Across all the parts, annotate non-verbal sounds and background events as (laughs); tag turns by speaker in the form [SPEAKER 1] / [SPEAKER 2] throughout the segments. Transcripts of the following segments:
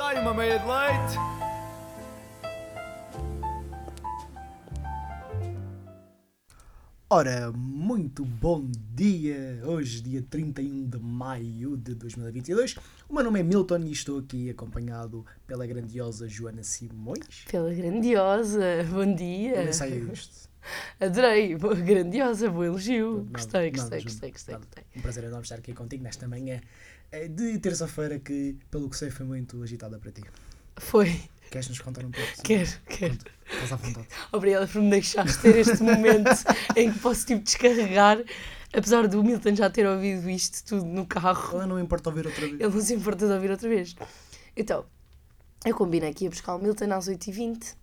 [SPEAKER 1] I made it late.
[SPEAKER 2] Ora, muito bom dia! Hoje, dia 31 de maio de 2022. O meu nome é Milton e estou aqui acompanhado pela grandiosa Joana Simões.
[SPEAKER 3] Pela grandiosa, bom dia.
[SPEAKER 2] Não sei isto.
[SPEAKER 3] Adorei, bo- grandiosa, bom elogio.
[SPEAKER 2] Nada,
[SPEAKER 3] Gostei,
[SPEAKER 2] nada,
[SPEAKER 3] gostei,
[SPEAKER 2] Joana,
[SPEAKER 3] gostei, gostei,
[SPEAKER 2] nada.
[SPEAKER 3] gostei.
[SPEAKER 2] Um prazer enorme estar aqui contigo nesta manhã eh, de terça-feira que, pelo que sei, foi muito agitada para ti.
[SPEAKER 3] Foi,
[SPEAKER 2] Queres nos contar um pouco?
[SPEAKER 3] (laughs) quero, quero.
[SPEAKER 2] Estás à vontade.
[SPEAKER 3] Obrigada por me deixares ter este momento em que posso tipo descarregar, apesar do Milton já ter ouvido isto tudo no carro.
[SPEAKER 2] Ela é, não me importa ouvir outra vez.
[SPEAKER 3] Ele não se importa de ouvir outra vez. Então, eu combinei aqui a buscar o Milton às 8h20.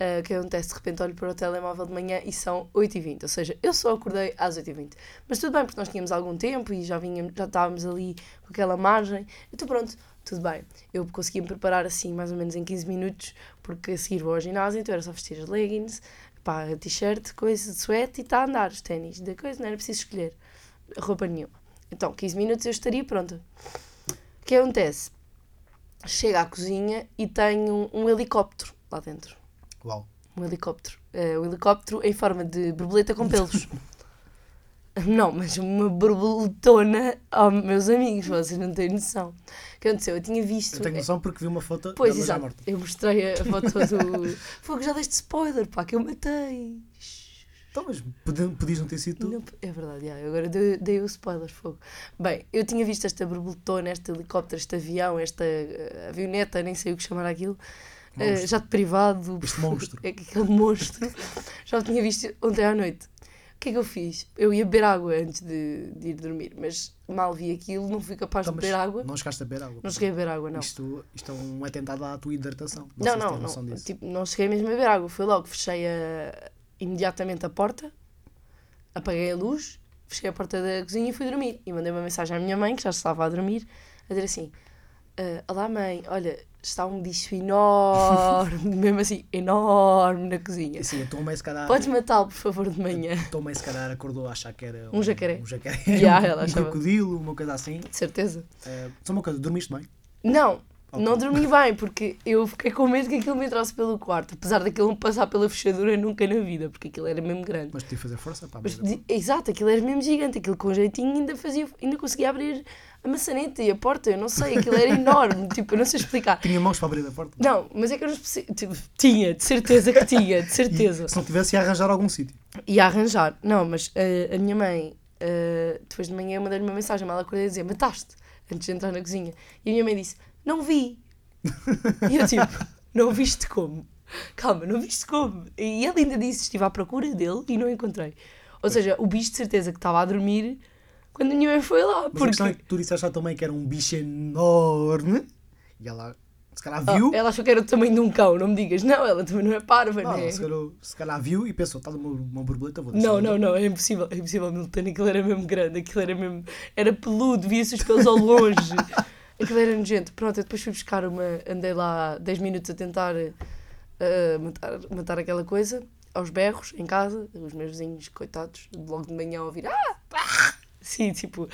[SPEAKER 3] ah, que acontece de repente, olho para o telemóvel de manhã e são 8h20, ou seja, eu só acordei às 8h20. Mas tudo bem, porque nós tínhamos algum tempo e já, vinham, já estávamos ali com aquela margem. Então, pronto, tudo bem. Eu consegui me preparar assim, mais ou menos em 15 minutos, porque a seguir vou ao ginásio, então era só vestir as leggings, pá, a t-shirt, coisa de suéte e está a andar, os ténis, da coisa, não era preciso escolher roupa nenhuma. Então, 15 minutos eu estaria pronta. O que acontece? Chego à cozinha e tenho um helicóptero lá dentro.
[SPEAKER 2] Uau.
[SPEAKER 3] Um helicóptero. Eh, um helicóptero em forma de borboleta com pelos. (laughs) não, mas uma borboletona. Oh, meus amigos, vocês não têm noção. O que aconteceu? Eu tinha visto.
[SPEAKER 2] Eu tenho noção porque vi uma foto
[SPEAKER 3] é. Pois,
[SPEAKER 2] dela já
[SPEAKER 3] exato.
[SPEAKER 2] morta.
[SPEAKER 3] Eu mostrei a foto do. (laughs) Fogo, já deste spoiler, pá, que eu matei.
[SPEAKER 2] Então, mas podi- podias não ter sido tu? Então,
[SPEAKER 3] Não, é verdade, já, eu agora dei, dei o spoiler fogo. Bem, eu tinha visto esta borboletona, este helicóptero, este avião, esta eh, avioneta, nem sei o que chamar aquilo, eh,
[SPEAKER 2] Monstro.
[SPEAKER 3] jato privado,
[SPEAKER 2] Este monstro.
[SPEAKER 3] (laughs) é que aquele monstro, já o tinha visto ontem à noite. O que é que eu fiz? Eu ia beber água antes de, de ir dormir, mas mal vi aquilo, não fui capaz
[SPEAKER 2] Então,
[SPEAKER 3] de
[SPEAKER 2] mas
[SPEAKER 3] beber água. Não,
[SPEAKER 2] Não chegaste a beber água.
[SPEAKER 3] cheguei a beber água, não.
[SPEAKER 2] Isto, isto é um atentado à tua hidratação.
[SPEAKER 3] Não,
[SPEAKER 2] sei se
[SPEAKER 3] não,
[SPEAKER 2] tens noção
[SPEAKER 3] não.
[SPEAKER 2] disso.
[SPEAKER 3] Tipo, não cheguei mesmo a beber água. Foi logo, fechei a- imediatamente a porta, apaguei a luz, fechei a porta da cozinha e fui dormir. E mandei uma mensagem à minha mãe, que já estava a dormir, a dizer assim: "Ah, Olá, mãe, olha, está um bicho enorme, (laughs) mesmo assim, enorme na cozinha.
[SPEAKER 2] Sim, a tua mãe se calhar,
[SPEAKER 3] Podes matá-lo, por favor,
[SPEAKER 2] (laughs)
[SPEAKER 3] de manhã.
[SPEAKER 2] a tua mãe, se calhar acordou a achar que era
[SPEAKER 3] Um jacaré.
[SPEAKER 2] Um,
[SPEAKER 3] (laughs)
[SPEAKER 2] jacaré,
[SPEAKER 3] Ya, ela
[SPEAKER 2] um
[SPEAKER 3] achava.
[SPEAKER 2] crocodilo, uma coisa assim.
[SPEAKER 3] De certeza.
[SPEAKER 2] Eh, só uma coisa, dormiste bem?
[SPEAKER 3] Não,
[SPEAKER 2] Ok.
[SPEAKER 3] não dormi bem, porque eu fiquei com medo que aquilo me entrasse pelo quarto, apesar daquilo não passar pela fechadura nunca na vida, porque aquilo era mesmo grande.
[SPEAKER 2] Mas podia fazer força para
[SPEAKER 3] Mas,
[SPEAKER 2] abrir. a
[SPEAKER 3] de- exato, aquilo era mesmo gigante, aquilo com jeitinho ainda, fazia, ainda conseguia abrir a maçaneta e a porta, eu não sei, aquilo era enorme, (laughs) tipo, eu não sei explicar.
[SPEAKER 2] Tinha mãos para abrir a porta?
[SPEAKER 3] Não, mas é que eu não especi- tipo, tinha, de certeza que tinha, de
[SPEAKER 2] E
[SPEAKER 3] certeza.
[SPEAKER 2] se não tivesse, ia arranjar algum sítio.
[SPEAKER 3] E a arranjar. Não, mas eh, a minha mãe, eh, depois de manhã, eu mandei-lhe uma mensagem, mas ela acordei a dizer: Mataste, antes de entrar na cozinha. E a minha mãe disse: Não vi. e
[SPEAKER 2] (laughs)
[SPEAKER 3] eu, tipo, não viste como? Calma, não viste como? E ela ainda disse: Estive à procura dele e não encontrei. Ou seja, o bicho de certeza que estava a dormir quando a minha mãe foi lá.
[SPEAKER 2] Mas a
[SPEAKER 3] porque
[SPEAKER 2] questão é que tu disseste à tua mãe que era um bicho enorme e ela, se calhar, viu.
[SPEAKER 3] Oh, ela achou que era o tamanho de um cão, não me digas. Não, ela também não é parva,
[SPEAKER 2] Não,
[SPEAKER 3] não é?
[SPEAKER 2] ela se, calhar, se calhar viu e pensou, está uma, uma borboleta, vou deixar
[SPEAKER 3] Não,
[SPEAKER 2] ali.
[SPEAKER 3] não, não, é impossível, é impossível, Milton, aquilo era mesmo grande, aquilo era mesmo, era peludo, via-se os pelos ao longe, (laughs) aquilo era nojento. Pronto, eu depois fui buscar uma, andei lá 10 minutos a tentar eh, matar, matar aquela coisa, aos berros, em casa, os meus vizinhos, coitados, logo de manhã a ouvir, ah, pá!" Sim, tipo,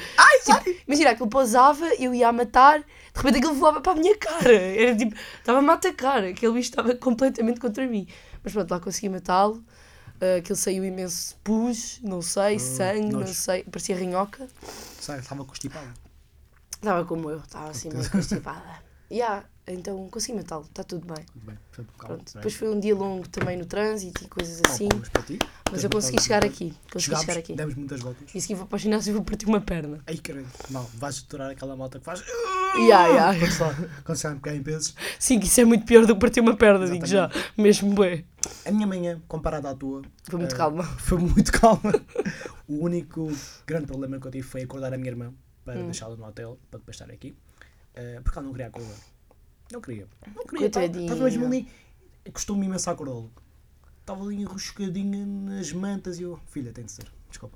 [SPEAKER 3] tipo, imagina, aquilo pousava, eu ia a matar, de repente aquilo voava para a minha cara, era tipo, estava-me a atacar, aquele bicho estava completamente contra mim. Mas pronto, lá consegui matá-lo, ah, aquilo saiu imenso pus, não sei, sangue, não
[SPEAKER 2] Hum, nojo.
[SPEAKER 3] sei, parecia rinhoca.
[SPEAKER 2] Sabe, Estava constipado.
[SPEAKER 3] Estava como eu, estava assim meio
[SPEAKER 2] (laughs)
[SPEAKER 3] constipada. Yeah, então consegui matá-lo, está tudo bem.
[SPEAKER 2] Tudo bem, portanto, calma.
[SPEAKER 3] Pronto.
[SPEAKER 2] Tá bem.
[SPEAKER 3] Depois foi um dia longo também no trânsito e coisas
[SPEAKER 2] Calma,
[SPEAKER 3] assim,
[SPEAKER 2] mas para ti,
[SPEAKER 3] mas
[SPEAKER 2] tens um
[SPEAKER 3] eu consegui
[SPEAKER 2] muita-
[SPEAKER 3] chegar aqui, consegui
[SPEAKER 2] Chegámos,
[SPEAKER 3] chegar aqui.
[SPEAKER 2] demos muitas voltas.
[SPEAKER 3] E a seguir vou para o ginásio e vou partir uma perna.
[SPEAKER 2] Ai, caralho. Não, vais estourar aquela malta que faz.
[SPEAKER 3] (laughs)
[SPEAKER 2] Hum. Ah,
[SPEAKER 3] Ya, ya.
[SPEAKER 2] Quando só, quando sai um bocado em pesos.
[SPEAKER 3] Sim, que isso é muito pior do que partir uma perna, digo já. Mesmo bem.
[SPEAKER 2] A minha manhã, comparada à tua,
[SPEAKER 3] Foi muito
[SPEAKER 2] eh,
[SPEAKER 3] calma.
[SPEAKER 2] foi muito (laughs) calma. O único grande problema que eu tive foi acordar a minha irmã para
[SPEAKER 3] Hum.
[SPEAKER 2] deixá-la no hotel, para depois estar aqui. eh, porque ela não queria acordar. Não queria. Não queria. Estava estava mesmo ali. Costumo imenso a acordá-lo. Estava ali enroscadinha nas mantas e eu. Filha, tem de ser. Desculpa.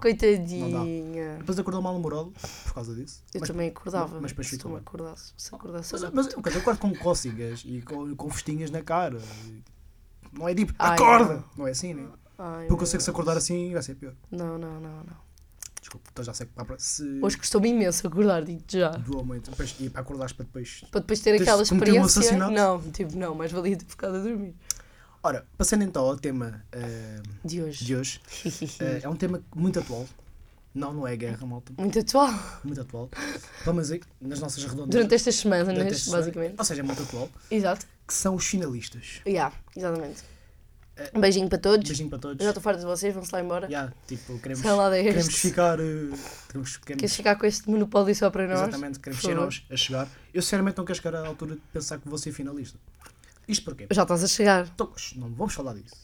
[SPEAKER 3] Coitadinha.
[SPEAKER 2] Depois acordou mal humorado por causa disso.
[SPEAKER 3] Eu
[SPEAKER 2] mas
[SPEAKER 3] também acordava.
[SPEAKER 2] mas depois
[SPEAKER 3] se tu
[SPEAKER 2] ficou
[SPEAKER 3] me
[SPEAKER 2] bem.
[SPEAKER 3] acordasses, se acordasse.
[SPEAKER 2] Mas, é mas eu eu acordo com cócegas e com, com festinhas na cara. E Não é tipo,
[SPEAKER 3] Ai,
[SPEAKER 2] acorda!
[SPEAKER 3] não.
[SPEAKER 2] Não. é assim, né?
[SPEAKER 3] Ai,
[SPEAKER 2] Porque eu
[SPEAKER 3] meu
[SPEAKER 2] sei que se acordar assim vai ser pior.
[SPEAKER 3] Não, não, não, não.
[SPEAKER 2] Desculpa, então já sei que para a pro- se
[SPEAKER 3] Hoje custou-me imenso acordar, digo-te já.
[SPEAKER 2] doou muito, depois ia para acordares para depois.
[SPEAKER 3] Para depois ter
[SPEAKER 2] Tens de
[SPEAKER 3] aquela
[SPEAKER 2] cometer um
[SPEAKER 3] experiência.
[SPEAKER 2] assassinato?
[SPEAKER 3] não, tipo, não, mais valia ter ficado a dormir.
[SPEAKER 2] Ora, passando então ao tema eh,
[SPEAKER 3] De hoje.
[SPEAKER 2] de hoje, eh, (laughs) é um tema muito atual. Não, não é guerra, malta.
[SPEAKER 3] Muito atual.
[SPEAKER 2] Muito atual. Vamos aí, nas nossas redondas.
[SPEAKER 3] Durante estas semanas,
[SPEAKER 2] durante esta semana,
[SPEAKER 3] basicamente.
[SPEAKER 2] Ou seja, é muito atual.
[SPEAKER 3] Exato.
[SPEAKER 2] Que são os finalistas.
[SPEAKER 3] Yeah, exatamente.
[SPEAKER 2] É.
[SPEAKER 3] Um beijinho para todos.
[SPEAKER 2] Beijinho para todos.
[SPEAKER 3] Eu já estou farta de vocês, vão-se lá embora.
[SPEAKER 2] Yeah, tipo, queremos,
[SPEAKER 3] Sei lá deste.
[SPEAKER 2] queremos ficar. eh, queremos,
[SPEAKER 3] Queres
[SPEAKER 2] queremos,
[SPEAKER 3] ficar com este monopólio só para nós?
[SPEAKER 2] exatamente, queremos
[SPEAKER 3] Por
[SPEAKER 2] ser
[SPEAKER 3] favor.
[SPEAKER 2] nós a chegar. Eu sinceramente não quero chegar à altura de pensar que vou ser finalista. Isto porquê?
[SPEAKER 3] Já estás a chegar.
[SPEAKER 2] Então, shh, não vamos falar disso.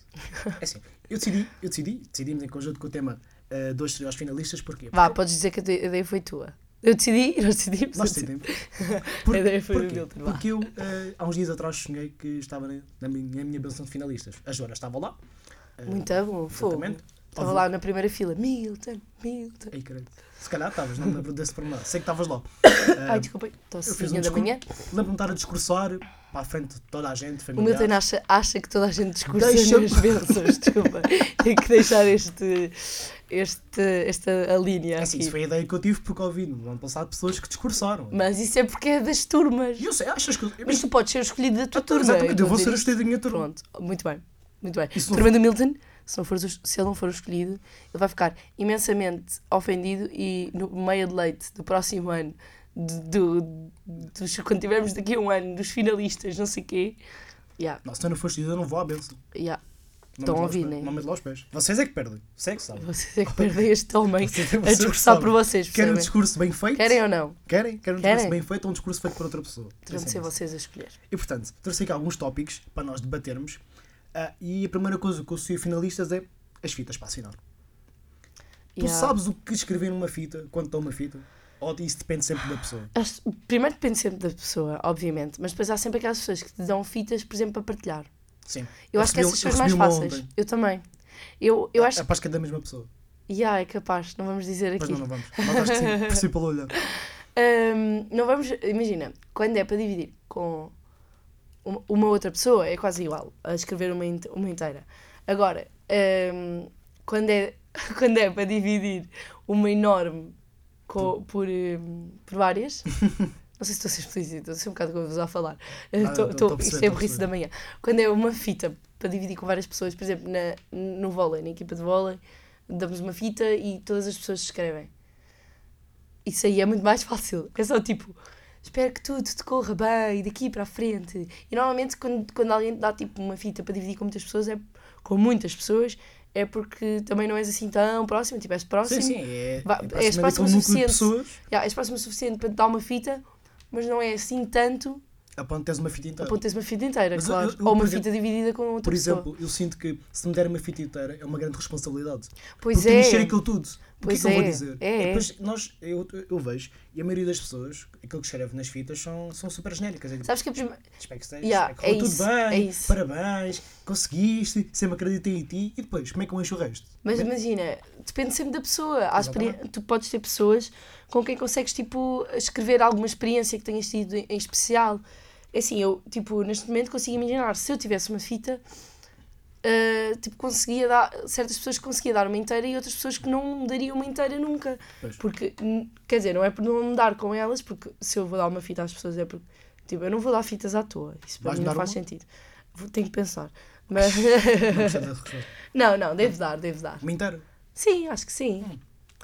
[SPEAKER 2] É assim, eu decidi, eu decidi, decidimos em conjunto com o tema eh, dois seriam os finalistas, porquê?
[SPEAKER 3] Vá, podes dizer que a te- a ideia foi tua. Eu decidi, (laughs) nós decidimos.
[SPEAKER 2] Nós
[SPEAKER 3] eu decidi.
[SPEAKER 2] decidimos.
[SPEAKER 3] (laughs) A ideia foi do
[SPEAKER 2] porquê?
[SPEAKER 3] Milton, vá.
[SPEAKER 2] Porque eu, eh, há uns dias atrás, sonhei que estava na, na minha, na minha benção de finalistas. A Joana estava lá. eh,
[SPEAKER 3] Muito bom, fogo.
[SPEAKER 2] exatamente.
[SPEAKER 3] Estava lá na primeira fila. Milton, Milton.
[SPEAKER 2] Ei, caralho. Se calhar estavas, não me lembro desse pormenor. Sei que estavas lá.
[SPEAKER 3] Ai,
[SPEAKER 2] Eh,
[SPEAKER 3] desculpa, estou
[SPEAKER 2] eu fiz um
[SPEAKER 3] sozinha da manhã.
[SPEAKER 2] Lembro-me de estar a discursar para a frente de toda a gente,
[SPEAKER 3] O
[SPEAKER 2] familiares.
[SPEAKER 3] Milton acha, acha que toda a gente discursa
[SPEAKER 2] Deixa-me-
[SPEAKER 3] nas bênçãos, (laughs) desculpa. Tem que deixar este, este, esta a linha
[SPEAKER 2] É assim,
[SPEAKER 3] aqui.
[SPEAKER 2] isso foi a ideia que eu tive porque ouvi no ano passado pessoas que discursaram.
[SPEAKER 3] Mas isso é porque é das turmas.
[SPEAKER 2] E eu sei, achas que. Eu,
[SPEAKER 3] Mas tu podes ser o escolhido da tua
[SPEAKER 2] Ah, tá,
[SPEAKER 3] turma.
[SPEAKER 2] exatamente,
[SPEAKER 3] estou
[SPEAKER 2] eu vou
[SPEAKER 3] a
[SPEAKER 2] ser
[SPEAKER 3] dizer
[SPEAKER 2] o
[SPEAKER 3] isto.
[SPEAKER 2] escolhido da minha turma.
[SPEAKER 3] Pronto, muito bem. Muito bem.
[SPEAKER 2] Isso não
[SPEAKER 3] Turma do Milton, se, não for, se ele não for o escolhido, ele vai ficar imensamente ofendido e no meio de leite do próximo ano, de- do, dos, quando tivermos daqui a um ano, dos finalistas, não sei o quê. Yeah,
[SPEAKER 2] Nossa, se eu não for escolhido, eu não vou à benção.
[SPEAKER 3] yeah.
[SPEAKER 2] Não
[SPEAKER 3] Estão
[SPEAKER 2] meto
[SPEAKER 3] a
[SPEAKER 2] lá
[SPEAKER 3] ouvir,
[SPEAKER 2] os pés-
[SPEAKER 3] né?
[SPEAKER 2] Não meto lá os pés. Vocês é que perdem. Você é que sabe.
[SPEAKER 3] Vocês é que perdem este homem
[SPEAKER 2] Vocês-
[SPEAKER 3] (laughs) a
[SPEAKER 2] vocês é
[SPEAKER 3] discursar
[SPEAKER 2] sabem.
[SPEAKER 3] por vocês,
[SPEAKER 2] Querem um
[SPEAKER 3] percebem?
[SPEAKER 2] discurso bem feito?
[SPEAKER 3] Querem ou não?
[SPEAKER 2] Querem? Querem um discurso
[SPEAKER 3] Querem?
[SPEAKER 2] bem feito ou um discurso feito por outra pessoa?
[SPEAKER 3] Terão de
[SPEAKER 2] Pensem
[SPEAKER 3] ser
[SPEAKER 2] nisso.
[SPEAKER 3] vocês a escolher.
[SPEAKER 2] E portanto, trouxe aqui alguns tópicos para nós debatermos. Ah, e a primeira coisa que eu sugiro finalistas é as fitas para assinar. Tu
[SPEAKER 3] Yeah.
[SPEAKER 2] sabes o que escrever numa fita, quando está uma fita? Ou isso depende sempre da pessoa?
[SPEAKER 3] Acho- Primeiro depende sempre da pessoa, obviamente, mas depois há sempre aquelas pessoas que te dão fitas, por exemplo, para partilhar.
[SPEAKER 2] Sim.
[SPEAKER 3] Eu, acho que
[SPEAKER 2] recebi- um-
[SPEAKER 3] essas
[SPEAKER 2] eu
[SPEAKER 3] são as mais
[SPEAKER 2] recebi uma
[SPEAKER 3] fáceis.
[SPEAKER 2] ontem.
[SPEAKER 3] Eu também. Eu, eu acho
[SPEAKER 2] É para que é da mesma pessoa.
[SPEAKER 3] que. Yeah, é capaz, não vamos dizer
[SPEAKER 2] Mas
[SPEAKER 3] aqui.
[SPEAKER 2] não, não vamos. Mas acho que sim,
[SPEAKER 3] (laughs)
[SPEAKER 2] percebi pelo olhar.
[SPEAKER 3] Ahm, não vamos. Imagina, quando é para dividir com uma- uma outra pessoa, é quase igual a escrever uma, inte- uma inteira. Agora, ahm, quando, é, (laughs) quando é para dividir uma enorme co- por, ahm, por várias. (laughs) Não sei se estou a ser explícito, estou a ser um bocado confuso a falar.
[SPEAKER 2] não, estou-
[SPEAKER 3] (laughs) Estou- estou-
[SPEAKER 2] estou a perceber,
[SPEAKER 3] isto é
[SPEAKER 2] estou a
[SPEAKER 3] burrice da manhã. Quando é uma fita para dividir com várias pessoas, por exemplo, na, no vôlei, na equipa de vôlei, damos uma fita e todas as pessoas se escrevem. Isso aí é muito mais fácil. É só tipo, espero que tudo te corra bem daqui para a frente. E normalmente quando, quando alguém te dá tipo uma fita para dividir com muitas pessoas, é com muitas pessoas, é porque também não és assim tão próximo, tipo, és próximo.
[SPEAKER 2] Sim, sim. É,
[SPEAKER 3] Vá-
[SPEAKER 2] é,
[SPEAKER 3] és
[SPEAKER 2] aproximadamente
[SPEAKER 3] próximo
[SPEAKER 2] um
[SPEAKER 3] o
[SPEAKER 2] núcleo de
[SPEAKER 3] suficiente.
[SPEAKER 2] pessoas
[SPEAKER 3] Já, és próximo o suficiente para te dar uma fita, mas não é assim tanto
[SPEAKER 2] a ponto de teres uma fita
[SPEAKER 3] a
[SPEAKER 2] inteira.
[SPEAKER 3] ponto de teres uma fita inteira,
[SPEAKER 2] Ah, Mas eu-
[SPEAKER 3] claro.
[SPEAKER 2] eu- eu,
[SPEAKER 3] Ou uma
[SPEAKER 2] por exemplo-
[SPEAKER 3] fita dividida com outra
[SPEAKER 2] Por
[SPEAKER 3] pessoa.
[SPEAKER 2] exemplo, eu sinto que se me der uma fita inteira é uma grande responsabilidade.
[SPEAKER 3] pois
[SPEAKER 2] porque eu encher
[SPEAKER 3] é.
[SPEAKER 2] aquilo tudo.
[SPEAKER 3] Pois
[SPEAKER 2] o que é, que eu
[SPEAKER 3] é,
[SPEAKER 2] vou dizer?
[SPEAKER 3] é,
[SPEAKER 2] E
[SPEAKER 3] é.
[SPEAKER 2] depois nós, eu, eu vejo, e a maioria das pessoas, aquilo que escreve nas fitas são, são super genéricas. É tipo,
[SPEAKER 3] Sabes que a prima...
[SPEAKER 2] espero que esteja,
[SPEAKER 3] Yeah,
[SPEAKER 2] correu
[SPEAKER 3] é
[SPEAKER 2] tudo
[SPEAKER 3] isso,
[SPEAKER 2] bem,
[SPEAKER 3] é isso.
[SPEAKER 2] parabéns, conseguiste, sempre acreditei em ti. E depois, como é que eu encho o resto?
[SPEAKER 3] Mas imagina, depende sempre da pessoa. Há experi-
[SPEAKER 2] Exatamente.
[SPEAKER 3] Tu podes ter pessoas com quem consegues, tipo, escrever alguma experiência que tenhas tido em em especial. É Assim, eu, tipo, neste momento consigo imaginar, se eu tivesse uma fita, ah, tipo, conseguia dar, certas pessoas conseguia dar uma inteira e outras pessoas que não me dariam uma inteira nunca.
[SPEAKER 2] Pois.
[SPEAKER 3] Porque, hum, quer dizer, não é por não me dar com elas, porque se eu vou dar uma fita às pessoas é porque, tipo, eu não vou dar fitas à toa. Isso para
[SPEAKER 2] Vais
[SPEAKER 3] mim não
[SPEAKER 2] dar
[SPEAKER 3] faz
[SPEAKER 2] uma?
[SPEAKER 3] sentido. Vou- Tenho que pensar. Mas, (laughs)
[SPEAKER 2] Não gostei da resposta.
[SPEAKER 3] não, não, devo dar, devo dar.
[SPEAKER 2] Uma inteira?
[SPEAKER 3] Sim, acho que sim.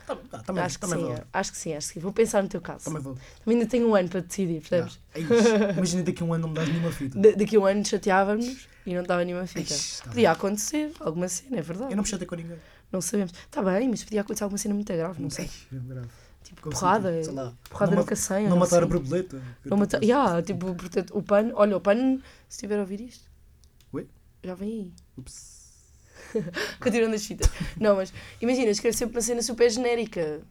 [SPEAKER 2] Tá bem, tá, também,
[SPEAKER 3] acho, que
[SPEAKER 2] também
[SPEAKER 3] sim
[SPEAKER 2] vou.
[SPEAKER 3] é. acho que sim, acho que sim. Vou pensar no teu caso.
[SPEAKER 2] Também
[SPEAKER 3] Também,
[SPEAKER 2] vou.
[SPEAKER 3] ainda tenho um ano para decidir, percebes?
[SPEAKER 2] Não, é
[SPEAKER 3] (laughs)
[SPEAKER 2] isso. Imagina daqui a um ano não me dás nenhuma fita.
[SPEAKER 3] Da- daqui a um ano chateávamos e não dava nenhuma fita.
[SPEAKER 2] Ixi, tá
[SPEAKER 3] podia acontecer alguma cena, é verdade.
[SPEAKER 2] Eu não me chatei com ninguém.
[SPEAKER 3] Não sabemos. Está bem, mas podia acontecer alguma cena muito grave, não sei.
[SPEAKER 2] Ei, grave.
[SPEAKER 3] Tipo,
[SPEAKER 2] É Como
[SPEAKER 3] porrada.
[SPEAKER 2] assim, sei lá,
[SPEAKER 3] Porrada
[SPEAKER 2] não
[SPEAKER 3] nunca sem.
[SPEAKER 2] Não matar a borboleta.
[SPEAKER 3] Não matar. Yeah, tipo, portanto, o pano. Olha, o pano, se estiver a ouvir isto.
[SPEAKER 2] Oi?
[SPEAKER 3] Já vem aí.
[SPEAKER 2] Ups.
[SPEAKER 3] (laughs) Continuando as fitas. Não, mas imagina, escrevo sempre uma cena super genérica.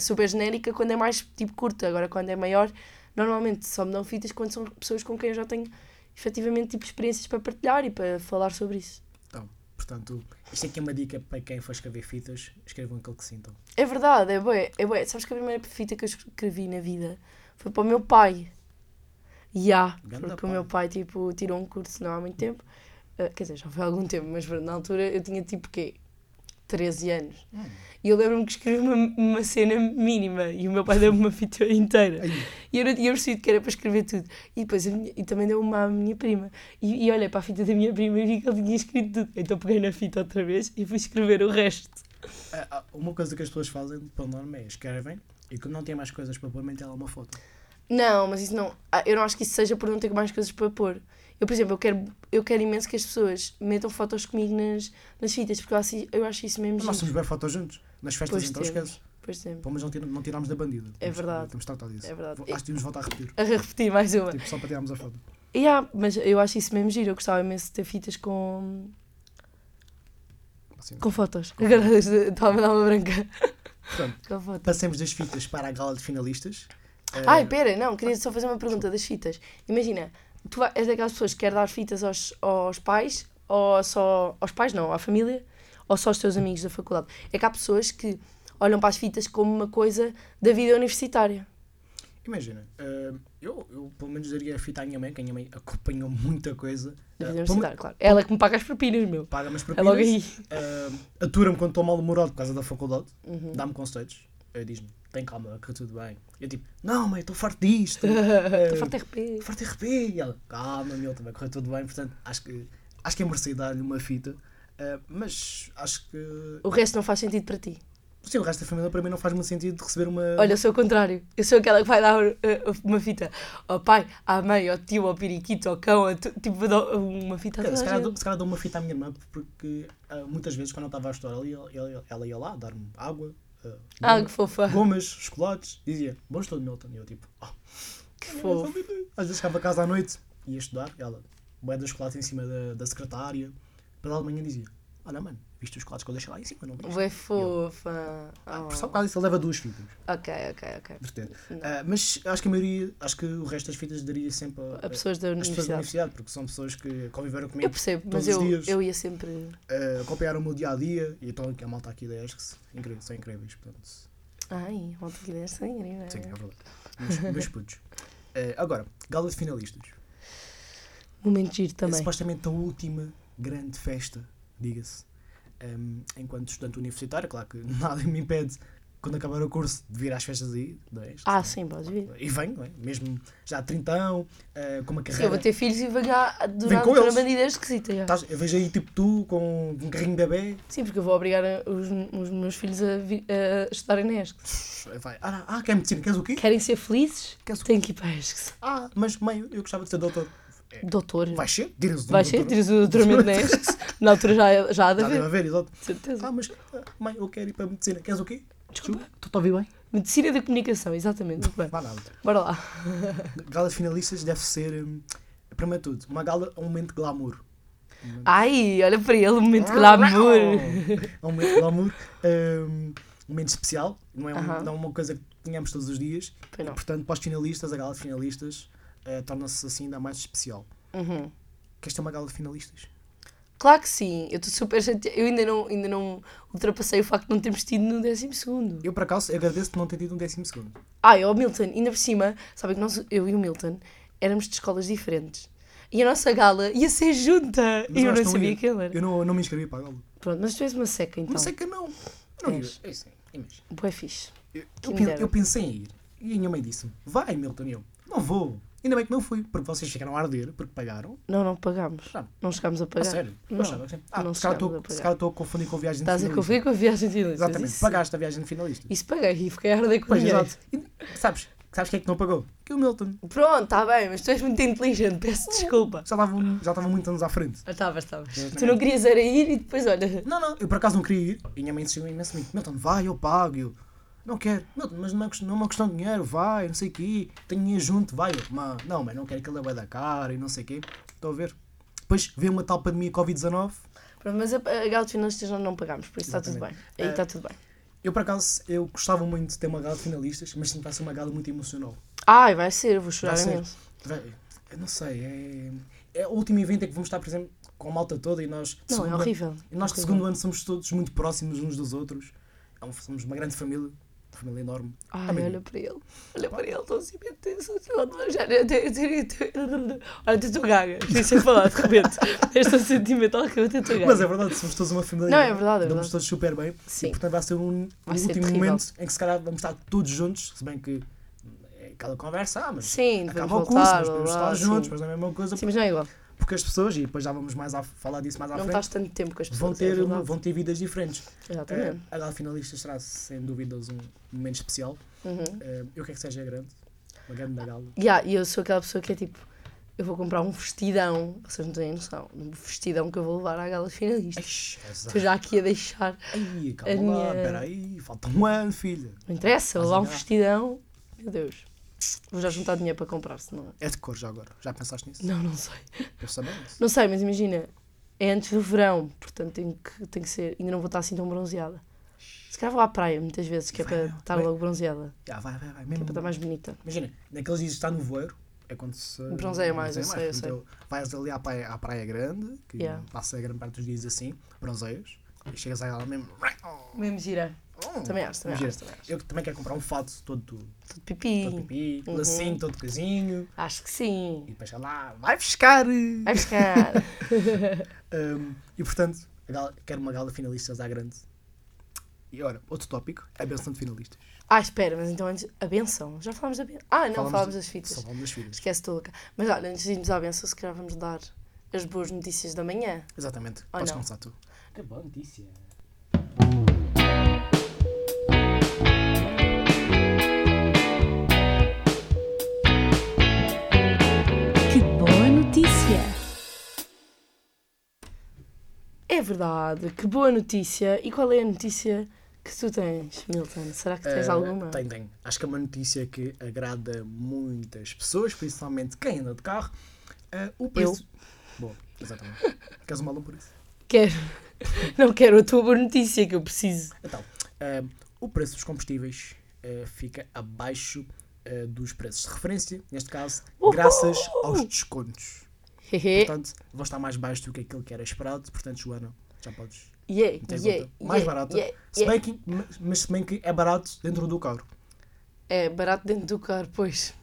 [SPEAKER 3] Super genérica quando é mais tipo curta. Agora, quando é maior, normalmente só me dão fitas quando são pessoas com quem eu já tenho efetivamente tipo experiências para partilhar e para falar sobre isso.
[SPEAKER 2] Então, portanto, isto aqui é uma dica para quem for escrever fitas, escrevam aquilo que sintam.
[SPEAKER 3] É verdade, é bué, é bué. Sabes que a primeira fita que eu escrevi na vida foi para o meu pai. Ya,
[SPEAKER 2] Ganda
[SPEAKER 3] porque o meu pai tipo, tirou um curso não há muito tempo. Ah, quer dizer, já foi há algum tempo, mas na altura eu tinha tipo quê? 13 anos. E eu lembro-me que escrevi uma, uma cena mínima e o meu pai deu-me uma fita (laughs) inteira. E eu, não- e eu decidi que era para escrever tudo. E depois a minha- e também deu uma à minha prima. E, e olhei para a fita da minha prima e vi que ele tinha escrito tudo. Então peguei na fita outra vez e fui escrever o resto.
[SPEAKER 2] Ah, ah, Uma coisa que as pessoas fazem, pelo norma, é escrevem e quando não têm mais coisas para pôr, metem lá uma foto.
[SPEAKER 3] Não, mas isso não. ah, Eu não acho que isso seja por não ter mais coisas para pôr. Eu, por exemplo, eu quero, eu quero imenso que as pessoas metam fotos comigo nas, nas fitas, porque eu acho, eu acho isso mesmo.
[SPEAKER 2] Nós
[SPEAKER 3] giro.
[SPEAKER 2] somos bem fotos juntos. Nas festas,
[SPEAKER 3] Pois
[SPEAKER 2] então
[SPEAKER 3] temos.
[SPEAKER 2] esquece.
[SPEAKER 3] Por exemplo.
[SPEAKER 2] Pelo menos não, tira- não tirámos da bandida.
[SPEAKER 3] É
[SPEAKER 2] Temos-
[SPEAKER 3] verdade.
[SPEAKER 2] Temos de tratar disso.
[SPEAKER 3] É verdade. É.
[SPEAKER 2] Vou- Acho que íamos voltar a repetir.
[SPEAKER 3] A repetir mais uma.
[SPEAKER 2] Tipo, só para tirarmos a foto.
[SPEAKER 3] Yeah, mas eu acho isso mesmo giro. Eu gostava imenso de ter fitas com,
[SPEAKER 2] Assim.
[SPEAKER 3] com fotos. (laughs) Agora estava a me dar uma branca.
[SPEAKER 2] Pronto,
[SPEAKER 3] Com fotos.
[SPEAKER 2] passemos das fitas para a gala de finalistas. Eh,
[SPEAKER 3] Ai, pera, não, queria só fazer uma pergunta das fitas. Imagina, tu vai- és daquelas pessoas que quer dar fitas aos, aos pais, ou só. aos pais não, à família, ou só aos teus amigos da faculdade. É que há pessoas que olham para as fitas como uma coisa da vida universitária.
[SPEAKER 2] Imagina, eh, eu, eu pelo menos daria a fita à minha mãe, que a minha mãe acompanhou muita coisa.
[SPEAKER 3] Da
[SPEAKER 2] Eh, pelo
[SPEAKER 3] vida
[SPEAKER 2] menos
[SPEAKER 3] universitária, claro. Ela é que me paga as propinas, meu.
[SPEAKER 2] Paga-me as
[SPEAKER 3] É
[SPEAKER 2] propinas.
[SPEAKER 3] logo aí. Uhum.
[SPEAKER 2] eh, Atura-me quando estou mal-humorado por causa da faculdade. Dá-me conselhos. eh, Diz-me, tem calma, que tudo bem. Eu tipo, não mãe, estou farto
[SPEAKER 3] (laughs)
[SPEAKER 2] disto. É.
[SPEAKER 3] Estou farta de RP.
[SPEAKER 2] farto de RP. E ela, calma, meu, também correu tudo bem. Portanto, acho que, acho que é merecido dar-lhe uma fita. eh, mas acho que.
[SPEAKER 3] O resto não faz sentido para ti.
[SPEAKER 2] Sim, o resto da família para mim não faz muito sentido de receber uma.
[SPEAKER 3] Olha, eu sou o contrário. Eu sou aquela que vai dar uh, uh, uma fita ao pai, à mãe, ao tio, ao periquito, ao cão, a tu- tipo, vou dar uma fita a
[SPEAKER 2] Cara,
[SPEAKER 3] toda
[SPEAKER 2] se,
[SPEAKER 3] a
[SPEAKER 2] calhar,
[SPEAKER 3] gente.
[SPEAKER 2] dou- se calhar dou uma fita à minha irmã, porque ah, muitas vezes quando eu estava a estudar ali, ela, ela- ela ia lá dar-me água, ah,
[SPEAKER 3] Ah, que
[SPEAKER 2] gomas-
[SPEAKER 3] fofa.
[SPEAKER 2] gomas, chocolates, e dizia, bom estudo, Milton. E eu tipo, oh,
[SPEAKER 3] Que
[SPEAKER 2] eu não
[SPEAKER 3] fofo.
[SPEAKER 2] sabia. às vezes chegava a casa à noite, ia estudar, ela, moeda de chocolate em cima da, da secretária, pela manhã dizia, olha mano, viste os chocolates que eu deixei lá em cima, não viste?
[SPEAKER 3] Ué, fofa.
[SPEAKER 2] Por só por
[SPEAKER 3] Oh.
[SPEAKER 2] causa disso ele leva duas fitas,
[SPEAKER 3] Ok, ok, ok.
[SPEAKER 2] de certeza. Ah, mas acho que a maioria, acho que o resto das fitas daria sempre a,
[SPEAKER 3] A pessoas da
[SPEAKER 2] as pessoas da
[SPEAKER 3] universidade.
[SPEAKER 2] universidade, porque são pessoas que conviveram comigo
[SPEAKER 3] Eu percebo, mas
[SPEAKER 2] todos
[SPEAKER 3] eu,
[SPEAKER 2] os dias.
[SPEAKER 3] eu ia sempre.
[SPEAKER 2] uh, copiaram o meu dia a dia e estão aqui a malta aqui da ESCS, incrível, são incríveis, portanto, sim,
[SPEAKER 3] Ai, volta aqui desta incrível.
[SPEAKER 2] é verdade. Meus, (laughs) meus putos. Uh, agora, gala de finalistas.
[SPEAKER 3] Momento giro
[SPEAKER 2] É
[SPEAKER 3] também.
[SPEAKER 2] supostamente a última grande festa, diga-se. Um, enquanto estudante universitário, claro que (laughs) nada me impede, quando acabar o curso, de vir às festas aí da ESCS.
[SPEAKER 3] Ah, sim, podes vir.
[SPEAKER 2] E venho, não é? mesmo já trintão, uh, com uma
[SPEAKER 3] Sim, eu
[SPEAKER 2] carreira.
[SPEAKER 3] vou ter filhos e vou ganhar do
[SPEAKER 2] Vem
[SPEAKER 3] nada
[SPEAKER 2] com
[SPEAKER 3] outra
[SPEAKER 2] eles.
[SPEAKER 3] bandida esquisita. já.
[SPEAKER 2] Estás- eu vejo aí tipo tu com um carrinho de bebê,
[SPEAKER 3] Tá. Sim, porque eu vou obrigar a- os, os meus filhos a, vi- a estudarem na ESC.
[SPEAKER 2] vai, ah, ah, quer medicina, queres o quê?
[SPEAKER 3] Querem ser felizes?
[SPEAKER 2] Queres o quê?
[SPEAKER 3] Tem que ir para a ESC.
[SPEAKER 2] Ah, mas mãe, eu gostava de ser doutor.
[SPEAKER 3] Doutor.
[SPEAKER 2] Vai ser? Diz-nos
[SPEAKER 3] Vai ser, tiras o doutoramento na (laughs) ESC. Na altura já, já há de
[SPEAKER 2] Já deve
[SPEAKER 3] haver.
[SPEAKER 2] haver, exato.
[SPEAKER 3] De certeza.
[SPEAKER 2] Ah, mas ah, mãe, eu quero ir para a medicina. Queres o quê?
[SPEAKER 3] Desculpa.
[SPEAKER 2] Estou a ouvir bem?
[SPEAKER 3] Medicina da comunicação, exatamente. Muito bem.
[SPEAKER 2] Vá nada.
[SPEAKER 3] Bora lá.
[SPEAKER 2] Gala de finalistas deve ser, hum, primeiro de tudo, uma gala a um momento de glamour.
[SPEAKER 3] Ai, olha para ele, o momento de glamour.
[SPEAKER 2] (laughs) É um momento de glamour. hum, Um momento especial. Não é, um-
[SPEAKER 3] Aham.
[SPEAKER 2] não é uma coisa que tenhamos todos os dias.
[SPEAKER 3] Pois não.
[SPEAKER 2] E, portanto, para os finalistas, a gala de finalistas eh, torna-se assim ainda mais especial.
[SPEAKER 3] Uhum.
[SPEAKER 2] Queres ter uma gala de finalistas?
[SPEAKER 3] Claro que sim, eu estou super chateada. Eu ainda não, ainda não ultrapassei o facto de não termos tido no 12 segundo.
[SPEAKER 2] Eu, por acaso, agradeço-te não ter tido um décimo segundo.
[SPEAKER 3] Ai, o Milton, ainda por cima, sabem que nós, eu e o Milton éramos de escolas diferentes. E a nossa gala ia ser junta.
[SPEAKER 2] Mas
[SPEAKER 3] E eu
[SPEAKER 2] acho
[SPEAKER 3] não
[SPEAKER 2] tão
[SPEAKER 3] sabia
[SPEAKER 2] lindo.
[SPEAKER 3] quem era.
[SPEAKER 2] Eu não, não me inscrevi para a gala.
[SPEAKER 3] Pronto, mas tu és uma seca então.
[SPEAKER 2] Não sei que não. Não
[SPEAKER 3] És.
[SPEAKER 2] digo. É assim, imagina.
[SPEAKER 3] Boa fixe.
[SPEAKER 2] Eu,
[SPEAKER 3] Quem
[SPEAKER 2] pen-
[SPEAKER 3] dera.
[SPEAKER 2] eu pensei em ir. E a minha mãe disse-me: Vai, Milton. E eu: Não vou. Ainda bem que não fui, porque vocês ficaram a arder, porque pagaram.
[SPEAKER 3] Não, não pagámos.
[SPEAKER 2] Não.
[SPEAKER 3] Não chegámos a
[SPEAKER 2] A
[SPEAKER 3] pagar.
[SPEAKER 2] sério. Eu
[SPEAKER 3] Não.
[SPEAKER 2] achava que sim. Ah,
[SPEAKER 3] Não
[SPEAKER 2] se calhar
[SPEAKER 3] chegámos
[SPEAKER 2] estou-
[SPEAKER 3] a pagar.
[SPEAKER 2] se calhar estou a confundir com a viagem de
[SPEAKER 3] Estás a
[SPEAKER 2] finalista.
[SPEAKER 3] conferir com a viagem de ilícitas.
[SPEAKER 2] Exatamente.
[SPEAKER 3] isso-
[SPEAKER 2] Pagaste a viagem de finalista.
[SPEAKER 3] Isso é paguei e fiquei a arder com o
[SPEAKER 2] Pois,
[SPEAKER 3] dinheiro.
[SPEAKER 2] exato. E sabes, sabes quem é que não pagou? Que o Milton.
[SPEAKER 3] Pronto, está bem, mas tu és muito inteligente,
[SPEAKER 2] Hum.
[SPEAKER 3] peço desculpa.
[SPEAKER 2] Já estava, já estava muitos anos à frente.
[SPEAKER 3] Ah, estavas, estavas.
[SPEAKER 2] Exatamente.
[SPEAKER 3] Tu não querias era ir e depois, olha,
[SPEAKER 2] Não, não, eu por acaso não queria ir. E a minha mãe insistiu imenso em mim: Milton, vai, eu pago. Eu, não quero, Milton, mas não é, questão, não é uma questão de dinheiro, vai, não sei o quê, tenho dinheiro junto, vai. Eu, "Mã, não, mas não quero que ele da cara e não sei o quê. Estou a ver. Depois veio uma tal pandemia Covid-19.
[SPEAKER 3] Pronto, mas a, a Galo de Finalistas nós não pagámos, por isso está tudo bem.
[SPEAKER 2] Exatamente.
[SPEAKER 3] Aí
[SPEAKER 2] Eh,
[SPEAKER 3] está tudo bem.
[SPEAKER 2] Eu, por acaso, eu gostava muito de ter uma gala de finalistas, mas sim que vai ser uma gala muito emocional.
[SPEAKER 3] Ai, vai ser, eu vou chorar
[SPEAKER 2] vai ser.
[SPEAKER 3] imenso.
[SPEAKER 2] Vai- Eu não sei, é, é o último evento em que vamos estar, por exemplo, com a malta toda e nós... de
[SPEAKER 3] Não, é
[SPEAKER 2] segundo
[SPEAKER 3] horrível.
[SPEAKER 2] Ano, e nós de
[SPEAKER 3] Horrível.
[SPEAKER 2] segundo ano somos todos muito próximos uns dos outros. É um- Somos uma grande família. família enorme.
[SPEAKER 3] Ai,
[SPEAKER 2] Também.
[SPEAKER 3] olha para ele. Olha para ele, estou assim, meu Deus, eu estou a desejar, eu tenho- eu tenho- eu tenho- Olha, até estou gaga. Fiquei sem falar, de
[SPEAKER 2] (laughs)
[SPEAKER 3] repente. Este sentimental que eu até estou gaga.
[SPEAKER 2] Mas é verdade, somos todos uma família.
[SPEAKER 3] Não, é verdade, é
[SPEAKER 2] Estamos
[SPEAKER 3] verdade.
[SPEAKER 2] todos super bem.
[SPEAKER 3] Sim.
[SPEAKER 2] E, portanto, vai ser um,
[SPEAKER 3] Vai
[SPEAKER 2] um
[SPEAKER 3] ser
[SPEAKER 2] último
[SPEAKER 3] terrível.
[SPEAKER 2] momento em que, se calhar, vamos estar todos juntos. Se bem que é aquela conversa, ah, mas
[SPEAKER 3] Sim, devemos
[SPEAKER 2] acaba o curso,
[SPEAKER 3] voltar,
[SPEAKER 2] mas podemos
[SPEAKER 3] blá,
[SPEAKER 2] estar
[SPEAKER 3] blá,
[SPEAKER 2] juntos,
[SPEAKER 3] sim.
[SPEAKER 2] mas não é a mesma coisa.
[SPEAKER 3] Sim, mas não é igual.
[SPEAKER 2] Porque as pessoas, e depois já vamos mais a falar disso mais à
[SPEAKER 3] Não
[SPEAKER 2] frente,
[SPEAKER 3] estás tanto tempo com as
[SPEAKER 2] vão
[SPEAKER 3] pessoas.
[SPEAKER 2] ter,
[SPEAKER 3] é
[SPEAKER 2] uma-
[SPEAKER 3] verdade.
[SPEAKER 2] vão ter vidas diferentes.
[SPEAKER 3] Exatamente.
[SPEAKER 2] Eh, a Gala Finalista será, sem dúvidas, um momento especial.
[SPEAKER 3] Uhum.
[SPEAKER 2] Eh, eu quero que seja grande. Uma grande da gala.
[SPEAKER 3] Yeah, e eu sou aquela pessoa que é tipo, eu vou comprar um vestidão, vocês não têm noção, um vestidão que eu vou levar à gala finalista.
[SPEAKER 2] Eish,
[SPEAKER 3] Estou já aqui a deixar.
[SPEAKER 2] Ai,
[SPEAKER 3] a
[SPEAKER 2] calma
[SPEAKER 3] minha-
[SPEAKER 2] lá, peraí, falta um ano, filha.
[SPEAKER 3] Não interessa, vou
[SPEAKER 2] Mas
[SPEAKER 3] levar um
[SPEAKER 2] ainda-
[SPEAKER 3] vestidão. Meu Deus. Vou já juntar dinheiro para comprar, senão.
[SPEAKER 2] É de cor já agora, já pensaste nisso?
[SPEAKER 3] Não, não sei.
[SPEAKER 2] Eu sei bem disso.
[SPEAKER 3] Não sei, mas imagina, é antes do verão, portanto tenho que, tenho que ser. Ainda não vou estar assim tão bronzeada. Se calhar vou à praia muitas vezes, que é
[SPEAKER 2] Vai,
[SPEAKER 3] para
[SPEAKER 2] vai.
[SPEAKER 3] estar logo bronzeada,
[SPEAKER 2] Já, Ah, vai, vai, vai.
[SPEAKER 3] que é
[SPEAKER 2] Mesmo,
[SPEAKER 3] para estar mais bonita.
[SPEAKER 2] Imagina, naqueles dias que está no voeiro, é quando se.
[SPEAKER 3] Bronzeia Um mais, eu
[SPEAKER 2] bronzeia
[SPEAKER 3] sei, eu
[SPEAKER 2] Portanto, Vais ali à praia, à praia Grande, que
[SPEAKER 3] Yeah.
[SPEAKER 2] passa a grande parte dos dias assim, bronzeias, e chegas a ela mesmo.
[SPEAKER 3] Tá, Mesmo gira. Também acho, também
[SPEAKER 2] Imagina,
[SPEAKER 3] acho, também
[SPEAKER 2] Eu que também quero comprar um fato todo, todo,
[SPEAKER 3] Tudo
[SPEAKER 2] todo
[SPEAKER 3] pipi.
[SPEAKER 2] pipi,
[SPEAKER 3] tá. Uhum.
[SPEAKER 2] lacinho, todo coisinho,
[SPEAKER 3] Acho que
[SPEAKER 2] e
[SPEAKER 3] sim.
[SPEAKER 2] depois sei lá, vai buscar!
[SPEAKER 3] Vai buscar.
[SPEAKER 2] Um, e portanto, a gala- quero uma gala de finalistas à grande. E ora, outro tópico, é a benção de finalistas.
[SPEAKER 3] Ah, espera, mas então antes. A benção. Já falámos da benção. Ah, não,
[SPEAKER 2] Falamos
[SPEAKER 3] falámos,
[SPEAKER 2] de-
[SPEAKER 3] das fitas.
[SPEAKER 2] Só falamos das fitas.
[SPEAKER 3] Esquece toda cá. Mas olha, antes de irmos à benção, se calhar vamos dar as boas notícias da manhã.
[SPEAKER 2] Exatamente. Podes
[SPEAKER 3] Oh, não?
[SPEAKER 2] começar tu. Que boa notícia.
[SPEAKER 1] Que boa notícia!
[SPEAKER 3] É verdade, que boa notícia. E qual é a notícia que tu tens, Milton? Será que tens
[SPEAKER 2] Eh,
[SPEAKER 3] alguma?
[SPEAKER 2] Tem, tem. Acho que é uma notícia que agrada muitas pessoas, principalmente quem anda de carro. Eh, o preço. Boa, exatamente. (laughs) Queres uma aula por isso?
[SPEAKER 3] Quero. (laughs) Não quero a tua boa notícia que eu preciso.
[SPEAKER 2] Então, eh, o preço dos combustíveis eh, fica abaixo eh, dos preços de referência, neste caso, graças aos descontos.
[SPEAKER 3] Hehe.
[SPEAKER 2] Portanto, vão estar mais baixos do que aquilo que era esperado. Portanto, Joana, já podes.
[SPEAKER 3] yeah,
[SPEAKER 2] meter em
[SPEAKER 3] yeah,
[SPEAKER 2] conta. Mais
[SPEAKER 3] yeah,
[SPEAKER 2] barato.
[SPEAKER 3] yeah,
[SPEAKER 2] Se bem
[SPEAKER 3] yeah.
[SPEAKER 2] que, mas- mas se bem que é barato dentro do carro.
[SPEAKER 3] É barato dentro do carro, pois.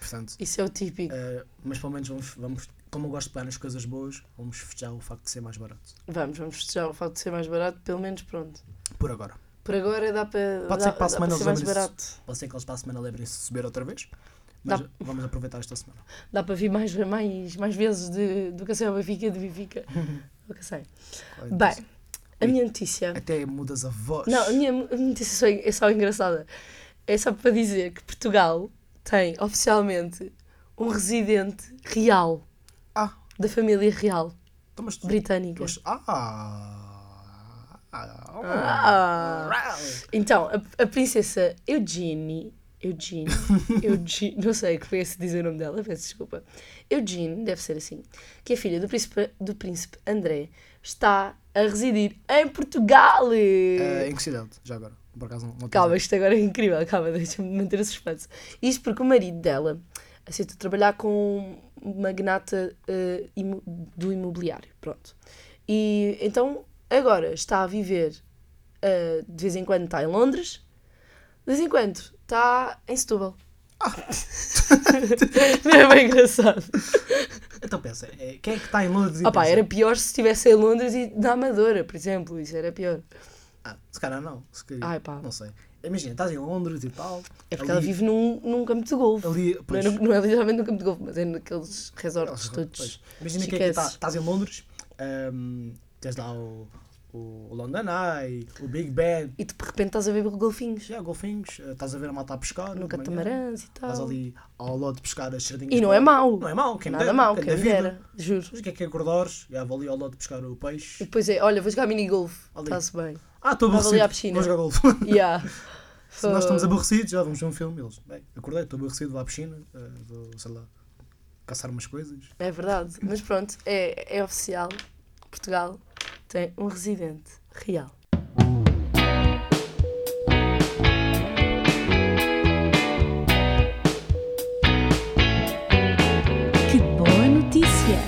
[SPEAKER 2] Portanto,
[SPEAKER 3] Isso é o típico.
[SPEAKER 2] Uh, mas pelo menos vamos, vamos, como eu gosto de pegar nas coisas boas, vamos festejar o facto de ser mais barato.
[SPEAKER 3] Vamos, vamos festejar o facto de ser mais barato, pelo menos pronto.
[SPEAKER 2] Por agora.
[SPEAKER 3] Por agora dá para.
[SPEAKER 2] Pode
[SPEAKER 3] dá,
[SPEAKER 2] ser que para a
[SPEAKER 3] dá
[SPEAKER 2] semana
[SPEAKER 3] ser mais
[SPEAKER 2] eles lembrem-se.
[SPEAKER 3] barato.
[SPEAKER 2] Pode ser que eles para a semana lembrem-se de subir outra vez, mas vamos aproveitar esta semana.
[SPEAKER 3] Dá para vir mais, mais, mais vezes de, do Cacém ao Benfica de Benfica. ao Cacém. Bem, a
[SPEAKER 2] Ui.
[SPEAKER 3] minha notícia.
[SPEAKER 2] então, Até mudas a voz.
[SPEAKER 3] Não, a minha a minha notícia só é, é só engraçada. É só para dizer que Portugal tem oficialmente um residente real
[SPEAKER 2] Ah,
[SPEAKER 3] da família real
[SPEAKER 2] então, mas tu.
[SPEAKER 3] britânica.
[SPEAKER 2] mas- Ah. ah,
[SPEAKER 3] Ah.
[SPEAKER 2] ah.
[SPEAKER 3] (laughs) Então, a, a princesa Eugenie. Eugene, Eugene, não sei como é que se diz o nome dela, peço desculpa. Eugene, deve ser assim, que é filha do príncipe, do príncipe André, está a residir em Portugal!
[SPEAKER 2] Eh, em que cidade? Já agora. Por acaso não, não
[SPEAKER 3] Calma, isto agora é incrível, calma, deixa-me manter a suspense. Isto porque o marido dela aceitou trabalhar com um magnata eh, imo- do imobiliário, pronto. E então agora está a viver, eh, de vez em quando está em Londres, de vez em quando está em Setúbal. Não (laughs) é bem engraçado.
[SPEAKER 2] Então pensa, eh, quem é que está em Londres e
[SPEAKER 3] Opa,
[SPEAKER 2] pensa,
[SPEAKER 3] era pior se estivesse em Londres e na Amadora, por exemplo, isso era pior.
[SPEAKER 2] Ah, se calhar não. Se calhar,
[SPEAKER 3] Ai, pá.
[SPEAKER 2] Não sei. Imagina, estás em Londres e tal.
[SPEAKER 3] É porque ela vive num, num campo de golfe.
[SPEAKER 2] ali.
[SPEAKER 3] Não é,
[SPEAKER 2] pois,
[SPEAKER 3] no- não é literalmente no campo de golfe, mas é naqueles resorts
[SPEAKER 2] Eles-
[SPEAKER 3] todos.
[SPEAKER 2] pois. Imagina que é que tá-
[SPEAKER 3] chiqueses.
[SPEAKER 2] estás em Londres, ahm, tens lá o, o London Eye, o Big Ben,
[SPEAKER 3] E de repente estás a ver golfinhos
[SPEAKER 2] já golfinhos, eh, estás a ver a malta a pescar.
[SPEAKER 3] no
[SPEAKER 2] de manhã,
[SPEAKER 3] catamarãs e
[SPEAKER 2] Estás
[SPEAKER 3] tal.
[SPEAKER 2] ali ao lado de pescar as sardinhas.
[SPEAKER 3] E não
[SPEAKER 2] para-
[SPEAKER 3] é mau.
[SPEAKER 2] Não é mau, quem me
[SPEAKER 3] Nada
[SPEAKER 2] dera,
[SPEAKER 3] mal,
[SPEAKER 2] quem
[SPEAKER 3] quem me
[SPEAKER 2] dera vida.
[SPEAKER 3] dera, juro.
[SPEAKER 2] Mas o que é que é acordares? Já vou ali ao lado de pescar o
[SPEAKER 3] E
[SPEAKER 2] peixe.
[SPEAKER 3] depois é, olha, vou jogar mini-golf.
[SPEAKER 2] Ali.
[SPEAKER 3] Está-se bem.
[SPEAKER 2] Ah, estou
[SPEAKER 3] Vou ali
[SPEAKER 2] aborrecido.
[SPEAKER 3] à piscina.
[SPEAKER 2] Vou jogar golfe. (laughs)
[SPEAKER 3] Yeah.
[SPEAKER 2] Se nós estamos
[SPEAKER 3] Fogo.
[SPEAKER 2] aborrecidos, já vamos ver um filme. Eles, bem, acordei, estou aborrecido, vou à piscina, eh, vou, sei lá, caçar umas coisas.
[SPEAKER 3] É verdade. Mas pronto, é, é oficial. Portugal tem um residente real.
[SPEAKER 1] Que boa notícia!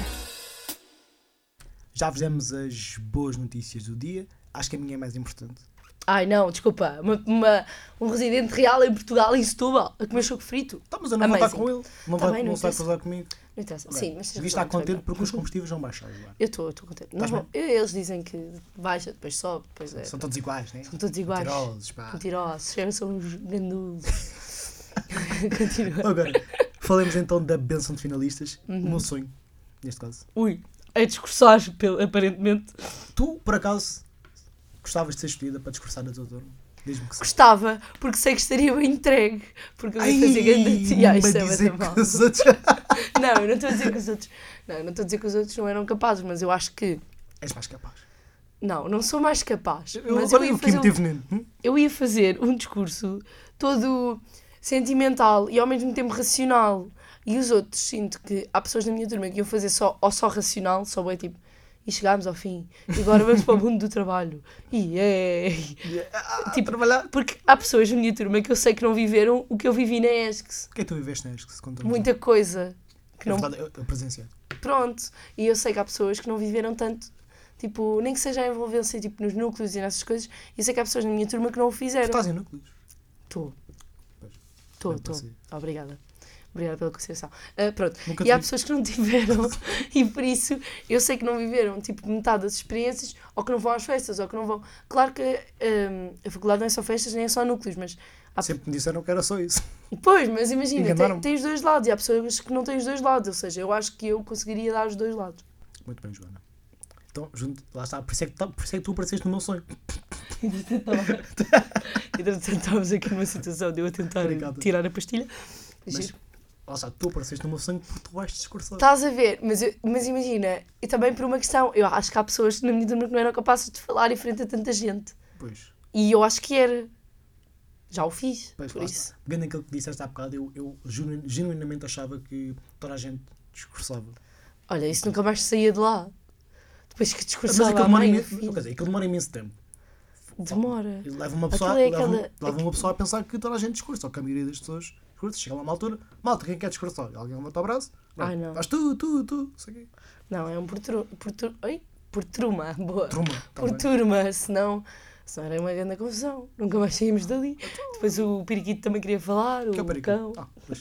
[SPEAKER 2] Já fizemos as boas notícias do dia. Acho que a minha é mais importante.
[SPEAKER 3] Ai não, desculpa. Uma, uma- um residente real em Portugal, em Setúbal, a comer choco frito.
[SPEAKER 2] Tá, mas eu não vou estar
[SPEAKER 3] Amazing.
[SPEAKER 2] com ele. Não
[SPEAKER 3] Tá
[SPEAKER 2] vai,
[SPEAKER 3] bem,
[SPEAKER 2] não
[SPEAKER 3] não
[SPEAKER 2] vai
[SPEAKER 3] interessa.
[SPEAKER 2] cruzar comigo.
[SPEAKER 3] Não interessa.
[SPEAKER 2] Bem,
[SPEAKER 3] Sim, mas tens
[SPEAKER 2] Devia estar
[SPEAKER 3] razão,
[SPEAKER 2] contente
[SPEAKER 3] também.
[SPEAKER 2] porque os combustíveis vão baixar agora.
[SPEAKER 3] Eu estou, estou contente. Nós
[SPEAKER 2] Estás
[SPEAKER 3] vamos- eles dizem que baixa, depois sobe, depois é.
[SPEAKER 2] São todos iguais, né?
[SPEAKER 3] São todos iguais.
[SPEAKER 2] Mentirosos, pá.
[SPEAKER 3] Mentirosos, eles são uns gandulos. um Continua. (laughs)
[SPEAKER 2] Agora, falemos então da benção de finalistas.
[SPEAKER 3] Uhum.
[SPEAKER 2] O meu sonho, neste caso.
[SPEAKER 3] Ui, a discursar, pelo- aparentemente.
[SPEAKER 2] Tu, por acaso, gostavas de ser escolhida para discursar na tua turma? Diz-me que sim.
[SPEAKER 3] Gostava, porque sei que estaria bem entregue. Porque eu ia fazer
[SPEAKER 2] não
[SPEAKER 3] grande. Ai,
[SPEAKER 2] vai
[SPEAKER 3] isso é
[SPEAKER 2] dizer
[SPEAKER 3] muito mal.
[SPEAKER 2] que os
[SPEAKER 3] (laughs)
[SPEAKER 2] outros...
[SPEAKER 3] Não, eu não estou a dizer que os outros. Não, eu não estou a dizer que os outros não eram capazes, mas eu acho que.
[SPEAKER 2] És mais capaz.
[SPEAKER 3] Não, não sou mais capaz.
[SPEAKER 2] Eu,
[SPEAKER 3] mas eu
[SPEAKER 2] agora
[SPEAKER 3] ia,
[SPEAKER 2] o que
[SPEAKER 3] fazer, um
[SPEAKER 2] me teve nele. Hum?
[SPEAKER 3] eu ia fazer um discurso todo sentimental e ao mesmo tempo racional. E os outros, sinto que há pessoas na minha turma que iam fazer só, ou só racional, só bem tipo. E chegámos ao fim. E agora vamos para o mundo do trabalho. (laughs) E é.
[SPEAKER 2] Ah,
[SPEAKER 3] Tipo,
[SPEAKER 2] trabalhar.
[SPEAKER 3] porque há pessoas na minha turma que eu sei que não viveram o que eu vivi na ESCS.
[SPEAKER 2] O que é que tu viveste, né? Acho que se conta
[SPEAKER 3] Muita coisa que
[SPEAKER 2] É
[SPEAKER 3] não
[SPEAKER 2] verdade, eu, eu presenciei.
[SPEAKER 3] pronto. E eu sei que há pessoas que não viveram tanto, tipo, nem que seja a envolvência tipo, nos núcleos e nessas coisas, e eu sei que há pessoas na minha turma que não o
[SPEAKER 2] Tu
[SPEAKER 3] fizeram.
[SPEAKER 2] estás em núcleos.
[SPEAKER 3] Estou.
[SPEAKER 2] Pois.
[SPEAKER 3] Estou,
[SPEAKER 2] Bem
[SPEAKER 3] estou.
[SPEAKER 2] parecido.
[SPEAKER 3] Obrigada. Obrigada pela consideração. Ah, pronto.
[SPEAKER 2] Nunca
[SPEAKER 3] e há
[SPEAKER 2] vi.
[SPEAKER 3] pessoas que não (laughs) tiveram, e por isso eu sei que não viveram, tipo, metade das experiências, ou que não vão às festas, ou que não vão. Claro que hum, a faculdade não é só festas, nem é só núcleos, mas há
[SPEAKER 2] Sempre me disseram que era só isso.
[SPEAKER 3] Pois, mas imagina,
[SPEAKER 2] Enganaram-me.
[SPEAKER 3] tem, tem os dois lados e há pessoas que não têm os dois lados, ou seja, eu acho que eu conseguiria dar os
[SPEAKER 2] (laughs)
[SPEAKER 3] dois lados.
[SPEAKER 2] Muito bem, Joana. Então, junto, lá está. Por isso é que, tá- por isso é que tu apareceste no meu sonho. (laughs)
[SPEAKER 3] Entretanto, estávamos aqui numa situação de eu a tentar
[SPEAKER 2] Obrigado.
[SPEAKER 3] tirar a pastilha.
[SPEAKER 2] Mas,
[SPEAKER 3] Giro.
[SPEAKER 2] lá está. Tu apareceste no meu sonho porque tu vais discursar.
[SPEAKER 3] Estás a ver, mas, eu- mas imagina, e também por uma questão, eu acho que há pessoas na minha turma que não eram capazes de falar em frente a tanta gente.
[SPEAKER 2] Pois.
[SPEAKER 3] E eu acho que era. Já o fiz,
[SPEAKER 2] Pois,
[SPEAKER 3] por
[SPEAKER 2] lá
[SPEAKER 3] isso.
[SPEAKER 2] está. Pegando aquilo que disseste há bocado, eu, eu genu- genuinamente achava que toda a gente discursava.
[SPEAKER 3] Olha, isso nunca mais saía de lá. Depois que
[SPEAKER 2] Mas é
[SPEAKER 3] discursava
[SPEAKER 2] aquilo
[SPEAKER 3] a
[SPEAKER 2] demora,
[SPEAKER 3] mãe, o
[SPEAKER 2] imenso,
[SPEAKER 3] filho.
[SPEAKER 2] quer dizer, aquilo demora imenso tempo.
[SPEAKER 3] é Demora.
[SPEAKER 2] E Leva uma pessoa,
[SPEAKER 3] Aquilo é
[SPEAKER 2] leva,
[SPEAKER 3] aquela-
[SPEAKER 2] leva uma pessoa a pensar que toda a gente discursa, ou que a maioria das pessoas discursa. Chega lá uma altura, malta, quem é quer discursar? Alguém levanta o braço?
[SPEAKER 3] Ai,
[SPEAKER 2] Pronto,
[SPEAKER 3] não.
[SPEAKER 2] Faz tu, tu, tu, sei quê.
[SPEAKER 3] Não, é um por, tru... por, tru... Oi? por truma. Boa.
[SPEAKER 2] Truma. tá
[SPEAKER 3] por
[SPEAKER 2] bem.
[SPEAKER 3] turma, senão, senão era uma grande confusão. Nunca mais saímos dali. Depois o periquito também queria falar, o,
[SPEAKER 2] Então, Que é o perigo.
[SPEAKER 3] cão.
[SPEAKER 2] Ah, pois.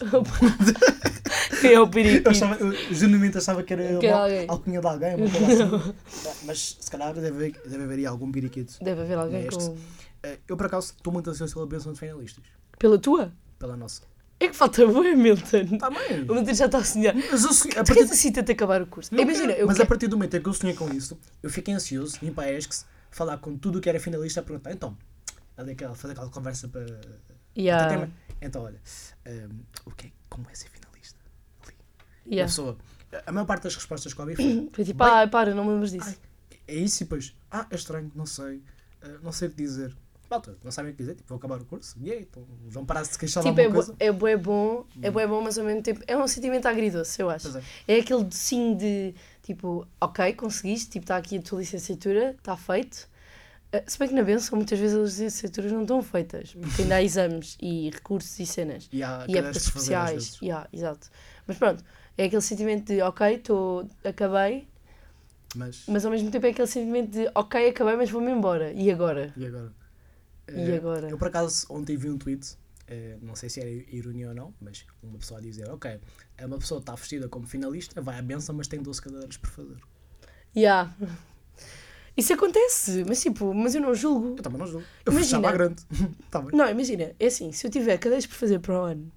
[SPEAKER 3] Que (laughs) é o
[SPEAKER 2] Eu,
[SPEAKER 3] periquito.
[SPEAKER 2] achava, eu genuinamente achava que era
[SPEAKER 3] Que era
[SPEAKER 2] uma
[SPEAKER 3] alguém.
[SPEAKER 2] alcunha de alguém, uma coisa
[SPEAKER 3] (laughs)
[SPEAKER 2] assim. Mas se calhar deve, haver- deve haver aí algum biriquito.
[SPEAKER 3] Deve haver alguém
[SPEAKER 2] Neste.
[SPEAKER 3] com.
[SPEAKER 2] Eh, Eu por acaso estou muito ansioso pela benção de finalistas.
[SPEAKER 3] Pela tua?
[SPEAKER 2] Pela nossa.
[SPEAKER 3] É que falta boa, Milton.
[SPEAKER 2] Está bem.
[SPEAKER 3] O Milton já está a sonhar.
[SPEAKER 2] Mas eu sonhei- Ah. a
[SPEAKER 3] Tu
[SPEAKER 2] partir
[SPEAKER 3] queres assim tanto acabar o curso?
[SPEAKER 2] Não
[SPEAKER 3] Imagina,
[SPEAKER 2] quero.
[SPEAKER 3] eu
[SPEAKER 2] mas a
[SPEAKER 3] quero...
[SPEAKER 2] partir do momento em que eu sonhei com isso, eu fiquei ansioso, vim para a ESCS, falar com tudo o que era finalista, a perguntar, então, ali aquela, fazer aquela conversa para... para
[SPEAKER 3] Yeah,
[SPEAKER 2] tema. Então, olha, ehm, o que é, como é ser finalista? Ali. E A
[SPEAKER 3] yeah.
[SPEAKER 2] pessoa, a maior parte das respostas que eu ouvi
[SPEAKER 3] (clears throat)
[SPEAKER 2] foi,
[SPEAKER 3] Foi tipo, ah, para, não me lembro disso.
[SPEAKER 2] é isso e depois, ah, é estranho, não sei, eh, não sei o que dizer. Malta, não sabem o que dizer, tipo, vou acabar o curso, e aí, então, vão parar de se queixar de
[SPEAKER 3] Tipo, é,
[SPEAKER 2] alguma
[SPEAKER 3] bo...
[SPEAKER 2] coisa. Hum.
[SPEAKER 3] é bué bom, é bué bom, mas ao mesmo tempo é um sentimento agridoce, eu acho.
[SPEAKER 2] Pois é.
[SPEAKER 3] É aquele docinho de tipo, ok, conseguiste, tipo, está aqui a tua licenciatura, está feito. Ah, se bem que na benção muitas vezes as licenciaturas não estão feitas, porque ainda há exames e recursos e cenas.
[SPEAKER 2] E há
[SPEAKER 3] E é épocas
[SPEAKER 2] cadeiras que se fazem às
[SPEAKER 3] especiais.
[SPEAKER 2] vezes.
[SPEAKER 3] Yeah, exato. Mas pronto, é aquele sentimento de ok, tô, acabei,
[SPEAKER 2] Mas,
[SPEAKER 3] mas ao mesmo tempo é aquele sentimento de ok, acabei, mas vou-me embora. E agora?
[SPEAKER 2] e agora?
[SPEAKER 3] E
[SPEAKER 2] Eh,
[SPEAKER 3] agora?
[SPEAKER 2] Eu por acaso ontem vi um tweet, eh, não sei se era ironia ou não, mas uma pessoa a dizer, ok, é uma pessoa está vestida como finalista, vai à benção, mas tem 12 cadeiras por fazer.
[SPEAKER 3] Yeah. Isso acontece, mas tipo, mas eu não julgo.
[SPEAKER 2] Eu também não julgo. Eu
[SPEAKER 3] Imagina.
[SPEAKER 2] fechava à grande. (laughs) tá bem.
[SPEAKER 3] Não, imagina, é assim, se eu tiver cadeias por fazer para o ano,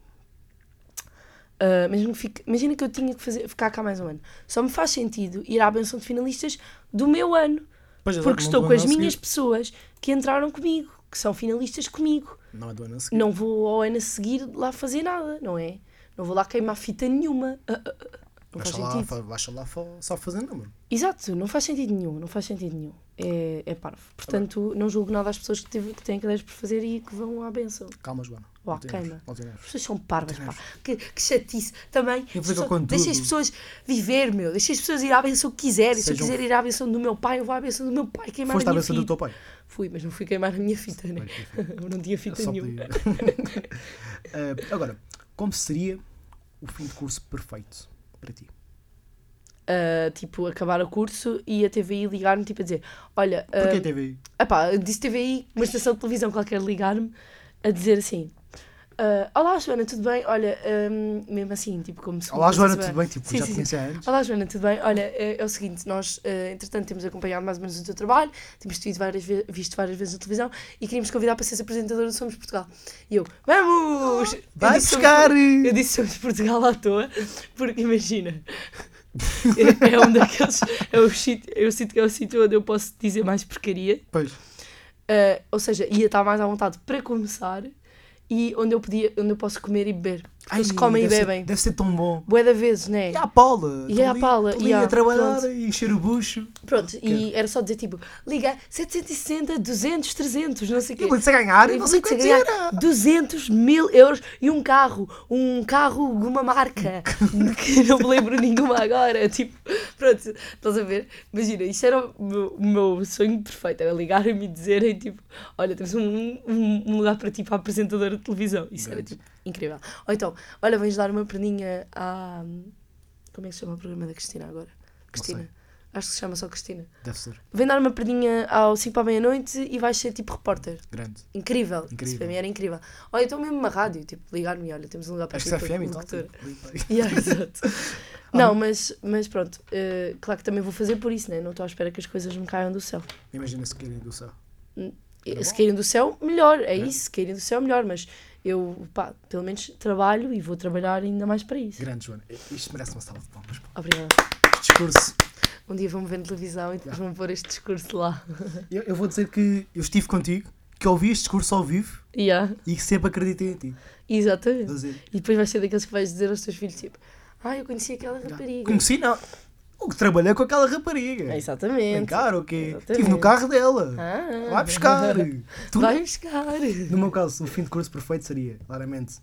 [SPEAKER 3] ah, mesmo que fique- imagina que eu tinha que fazer, ficar cá mais um ano, só me faz sentido ir à benção de finalistas do meu ano,
[SPEAKER 2] Pois, exato,
[SPEAKER 3] porque
[SPEAKER 2] não
[SPEAKER 3] estou
[SPEAKER 2] do
[SPEAKER 3] com as
[SPEAKER 2] ano a
[SPEAKER 3] minhas
[SPEAKER 2] seguir.
[SPEAKER 3] pessoas que entraram comigo, que são finalistas comigo.
[SPEAKER 2] Não é do ano a seguir.
[SPEAKER 3] Não vou ao ano a seguir lá fazer nada, não é? Não vou lá queimar fita nenhuma. Ah, ah, ah, Não faz
[SPEAKER 2] Baixa lá,
[SPEAKER 3] sentido.
[SPEAKER 2] fa- baixa lá fa- só fazer número.
[SPEAKER 3] Exato, não faz sentido nenhum, não faz sentido nenhum. É, é parvo. Portanto, não julgo nada às pessoas que, tive- que têm cadeias por fazer e que vão à benção.
[SPEAKER 2] Calma, Joana.
[SPEAKER 3] Ó,
[SPEAKER 2] Não te enerves,
[SPEAKER 3] queima.
[SPEAKER 2] Não te
[SPEAKER 3] As
[SPEAKER 2] enerves.
[SPEAKER 3] pessoas são parvas, pá. Que, que chatice. Também,
[SPEAKER 2] Eu
[SPEAKER 3] as
[SPEAKER 2] fico
[SPEAKER 3] pessoas-
[SPEAKER 2] com
[SPEAKER 3] deixem as
[SPEAKER 2] tudo.
[SPEAKER 3] pessoas viver, meu. Deixem as pessoas ir à benção que quiserem. Se eu
[SPEAKER 2] Sejam-
[SPEAKER 3] quiser ir à benção do meu pai, eu vou à benção do meu pai queimar
[SPEAKER 2] Foste
[SPEAKER 3] a
[SPEAKER 2] à
[SPEAKER 3] minha
[SPEAKER 2] benção
[SPEAKER 3] fita.
[SPEAKER 2] do teu pai.
[SPEAKER 3] Fui, mas não fui queimar a minha fita, né? (laughs) Eu não tinha fita
[SPEAKER 2] É Só
[SPEAKER 3] nenhuma.
[SPEAKER 2] (laughs) podia. Eh, agora, como seria o fim de curso perfeito para ti?
[SPEAKER 3] ah, tipo, acabar o curso e a TVI ligar-me, tipo, a dizer: Olha, ah,
[SPEAKER 2] Porquê TVI?
[SPEAKER 3] Epá, disse TVI, uma estação de televisão qualquer ligar-me a dizer assim: ah, Olá, Joana, tudo bem? Olha, ahm, mesmo assim, tipo, como se.
[SPEAKER 2] Olá
[SPEAKER 3] não fosse
[SPEAKER 2] Joana, tudo bem? Tipo,
[SPEAKER 3] Sim,
[SPEAKER 2] já te
[SPEAKER 3] sim, Ah,
[SPEAKER 2] conhecia antes?
[SPEAKER 3] Olá, Joana, tudo bem? Olha, eh, é o seguinte, nós, eh, entretanto, temos acompanhado mais ou menos o teu trabalho, temos te visto várias, ve- visto várias vezes na televisão e queríamos convidar para seres apresentadora do Somos Portugal. E eu, vamos! Eu
[SPEAKER 2] Vai
[SPEAKER 3] disse Somos
[SPEAKER 2] buscar!
[SPEAKER 3] eu disse Somos Portugal à toa, porque imagina. (laughs) é, é um daqueles. É o sítio, eu sinto que é o sítio onde eu posso dizer mais porcaria.
[SPEAKER 2] Pois.
[SPEAKER 3] Ah, ou seja, ia estar mais à vontade para começar e onde eu podia, onde eu posso comer e beber. Porque ah, eles comem e
[SPEAKER 2] deve ser-
[SPEAKER 3] bebem.
[SPEAKER 2] Deve ser tão bom.
[SPEAKER 3] Bué da vezes, não é?
[SPEAKER 2] E a Paula?
[SPEAKER 3] E
[SPEAKER 2] Tô
[SPEAKER 3] à
[SPEAKER 2] ali-
[SPEAKER 3] Paula,
[SPEAKER 2] tô
[SPEAKER 3] e
[SPEAKER 2] ali
[SPEAKER 3] à-
[SPEAKER 2] a trabalhar
[SPEAKER 3] pronto.
[SPEAKER 2] e encher o bucho.
[SPEAKER 3] Pronto, e era só dizer tipo, liga 760, 200, 300, não sei o quê.
[SPEAKER 2] E você ganhar, e não sei
[SPEAKER 3] Blitz a
[SPEAKER 2] quantos
[SPEAKER 3] ganhar
[SPEAKER 2] era.
[SPEAKER 3] 200 mil euros e um carro, um carro de
[SPEAKER 2] (laughs)
[SPEAKER 3] uma marca que não me lembro nenhuma agora. Tipo, pronto, estás a ver? Imagina, isto era o meu, o meu sonho perfeito: era ligarem-me e dizerem tipo, olha, temos um, um- um lugar para ti, para apresentadora de televisão. Isso era
[SPEAKER 2] Grande.
[SPEAKER 3] tipo incrível. Ou então, olha, vens dar uma perninha à. Como é que se chama o programa da Cristina agora? Cristina. Acho que se chama só Cristina.
[SPEAKER 2] Deve ser
[SPEAKER 3] Vem dar uma perninha ao 5 para a meia-noite e vais ser tipo repórter.
[SPEAKER 2] grande.
[SPEAKER 3] Incrível. Isso
[SPEAKER 2] Incrível.
[SPEAKER 3] para mim era incrível. Olha, então mesmo uma rádio, tipo, ligar-me, olha, temos um lugar para
[SPEAKER 2] Acho
[SPEAKER 3] ti,
[SPEAKER 2] que é
[SPEAKER 3] para
[SPEAKER 2] FM e tal.
[SPEAKER 3] locutora.
[SPEAKER 2] tipo,
[SPEAKER 3] (laughs)
[SPEAKER 2] (laughs)
[SPEAKER 3] Yeah, exato. Não, mas, mas pronto, eh, claro que também vou fazer por isso, né? Não estou à espera que as coisas me caiam do céu.
[SPEAKER 2] Imagina se querem do céu.
[SPEAKER 3] Eh,
[SPEAKER 2] Tá
[SPEAKER 3] Se
[SPEAKER 2] bom.
[SPEAKER 3] caírem do céu, melhor, é isso, se caírem do céu, melhor, mas eu, pá, pelo menos trabalho e vou trabalhar ainda mais para isso.
[SPEAKER 2] Grande, Joana. Isto merece uma salva de palmas. pá.
[SPEAKER 3] Obrigada.
[SPEAKER 2] Este discurso.
[SPEAKER 3] Um dia vão-me ver na televisão e depois vão pôr este discurso lá.
[SPEAKER 2] Eu, eu vou dizer que eu estive contigo, que ouvi este discurso ao vivo
[SPEAKER 3] Yeah,
[SPEAKER 2] e que sempre acreditei em ti.
[SPEAKER 3] exatamente.
[SPEAKER 2] Vou dizer,
[SPEAKER 3] E depois vais ser daqueles que vais dizer aos teus filhos, tipo, ah, eu conheci aquela
[SPEAKER 2] já.
[SPEAKER 3] rapariga.
[SPEAKER 2] Conheci, não. O que trabalhou com aquela rapariga.
[SPEAKER 3] É, Exatamente.
[SPEAKER 2] Brincar, o quê?
[SPEAKER 3] Exatamente.
[SPEAKER 2] Estive no carro dela.
[SPEAKER 3] Ah.
[SPEAKER 2] Vai buscar. Tu-
[SPEAKER 3] Vai buscar.
[SPEAKER 2] No meu caso, o fim de curso perfeito seria, claramente,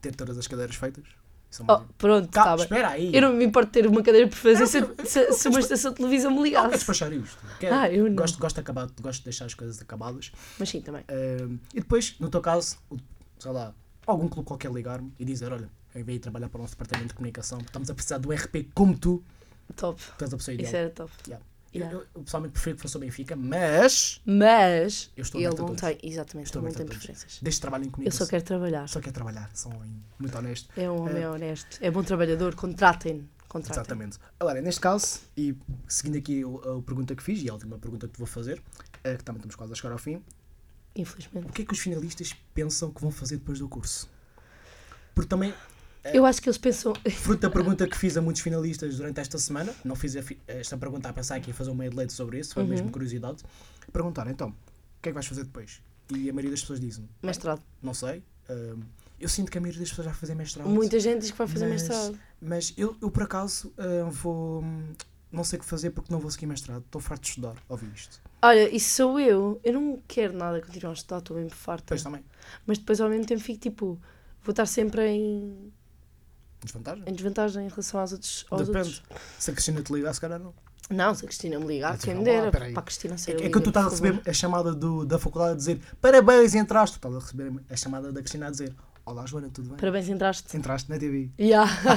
[SPEAKER 2] ter todas as cadeiras feitas. Isso é uma
[SPEAKER 3] Oh,
[SPEAKER 2] coisa.
[SPEAKER 3] pronto,
[SPEAKER 2] Cá,
[SPEAKER 3] está bem.
[SPEAKER 2] espera aí.
[SPEAKER 3] Eu não me importo de ter uma cadeira por fazer
[SPEAKER 2] Eu
[SPEAKER 3] se,
[SPEAKER 2] não-
[SPEAKER 3] se- se uma estação de televisão me
[SPEAKER 2] Não quero
[SPEAKER 3] ligasse.
[SPEAKER 2] despachar isto. Quero-
[SPEAKER 3] Ah, eu não.
[SPEAKER 2] Gosto, gosto, de acabar, gosto de deixar as coisas acabadas.
[SPEAKER 3] Mas sim, também.
[SPEAKER 2] Ahm, e depois, no teu caso, o- sei lá, algum clube qualquer ligar-me e dizer: Olha, eu vim trabalhar para o nosso departamento de comunicação, estamos a precisar do RP como tu,
[SPEAKER 3] Top.
[SPEAKER 2] tu és a pessoa
[SPEAKER 3] Isso é
[SPEAKER 2] ideal.
[SPEAKER 3] era top.
[SPEAKER 2] Yeah.
[SPEAKER 3] Yeah.
[SPEAKER 2] Eu, eu pessoalmente prefiro que fosse o Benfica, mas
[SPEAKER 3] Mas
[SPEAKER 2] Eu estou
[SPEAKER 3] ele
[SPEAKER 2] aberto a
[SPEAKER 3] não
[SPEAKER 2] todos.
[SPEAKER 3] tem, exatamente,
[SPEAKER 2] Estou
[SPEAKER 3] ele não
[SPEAKER 2] aberto
[SPEAKER 3] tem
[SPEAKER 2] a todos.
[SPEAKER 3] preferências.
[SPEAKER 2] deixe trabalho em
[SPEAKER 3] Eu só
[SPEAKER 2] comunicação.
[SPEAKER 3] quero trabalhar.
[SPEAKER 2] Só quero trabalhar, são muito honesto.
[SPEAKER 3] É um homem honesto. É bom trabalhador. Contratem-no. Contratem.
[SPEAKER 2] Exatamente. Agora, neste caso, e seguindo aqui o- a pergunta que fiz e a última pergunta que te vou fazer, eh, que também estamos quase a chegar ao fim,
[SPEAKER 3] Infelizmente.
[SPEAKER 2] o que é que os finalistas pensam que vão fazer depois do curso? Porque também, É.
[SPEAKER 3] Eu acho que eles pensam.
[SPEAKER 2] fruto da pergunta que fiz a muitos finalistas durante esta semana, não fiz a fi- esta pergunta a pensar aqui em fazer um meio de leite sobre isso, foi
[SPEAKER 3] Uhum.
[SPEAKER 2] mesmo curiosidade, perguntaram então, o que é que vais fazer depois? E a maioria das pessoas diz-me,
[SPEAKER 3] Mestrado.
[SPEAKER 2] não sei, ahm, eu sinto que a maioria das pessoas vai fazer mestrado.
[SPEAKER 3] Muita gente diz que vai fazer mestrado.
[SPEAKER 2] Mas eu, eu por acaso ah, vou. hum, Não sei o que fazer porque não vou seguir mestrado. Estou farto de estudar, ouvi isto.
[SPEAKER 3] Olha, isso sou eu. Eu não quero nada continuar a estudar, estou bem farta.
[SPEAKER 2] Depois também.
[SPEAKER 3] Mas depois ao mesmo tempo fico tipo. Vou estar sempre em,
[SPEAKER 2] Desvantagem?
[SPEAKER 3] em desvantagem em relação aos outros. Aos outros.
[SPEAKER 2] Depende. Se a Cristina te ligar, se calhar não.
[SPEAKER 3] Não, se a Cristina me ligar,
[SPEAKER 2] Ah,
[SPEAKER 3] quem
[SPEAKER 2] não,
[SPEAKER 3] me dera.
[SPEAKER 2] ah, peraí.
[SPEAKER 3] Para a Cristina ser
[SPEAKER 2] É, que- é
[SPEAKER 3] liga,
[SPEAKER 2] que tu estás a
[SPEAKER 3] por favor.
[SPEAKER 2] receber a chamada do, da faculdade a dizer parabéns, entraste. Estás a receber a chamada da Cristina a dizer Olá Joana, tudo bem?
[SPEAKER 3] Parabéns, entraste.
[SPEAKER 2] Entraste na TV. (laughs)
[SPEAKER 3] Yeah.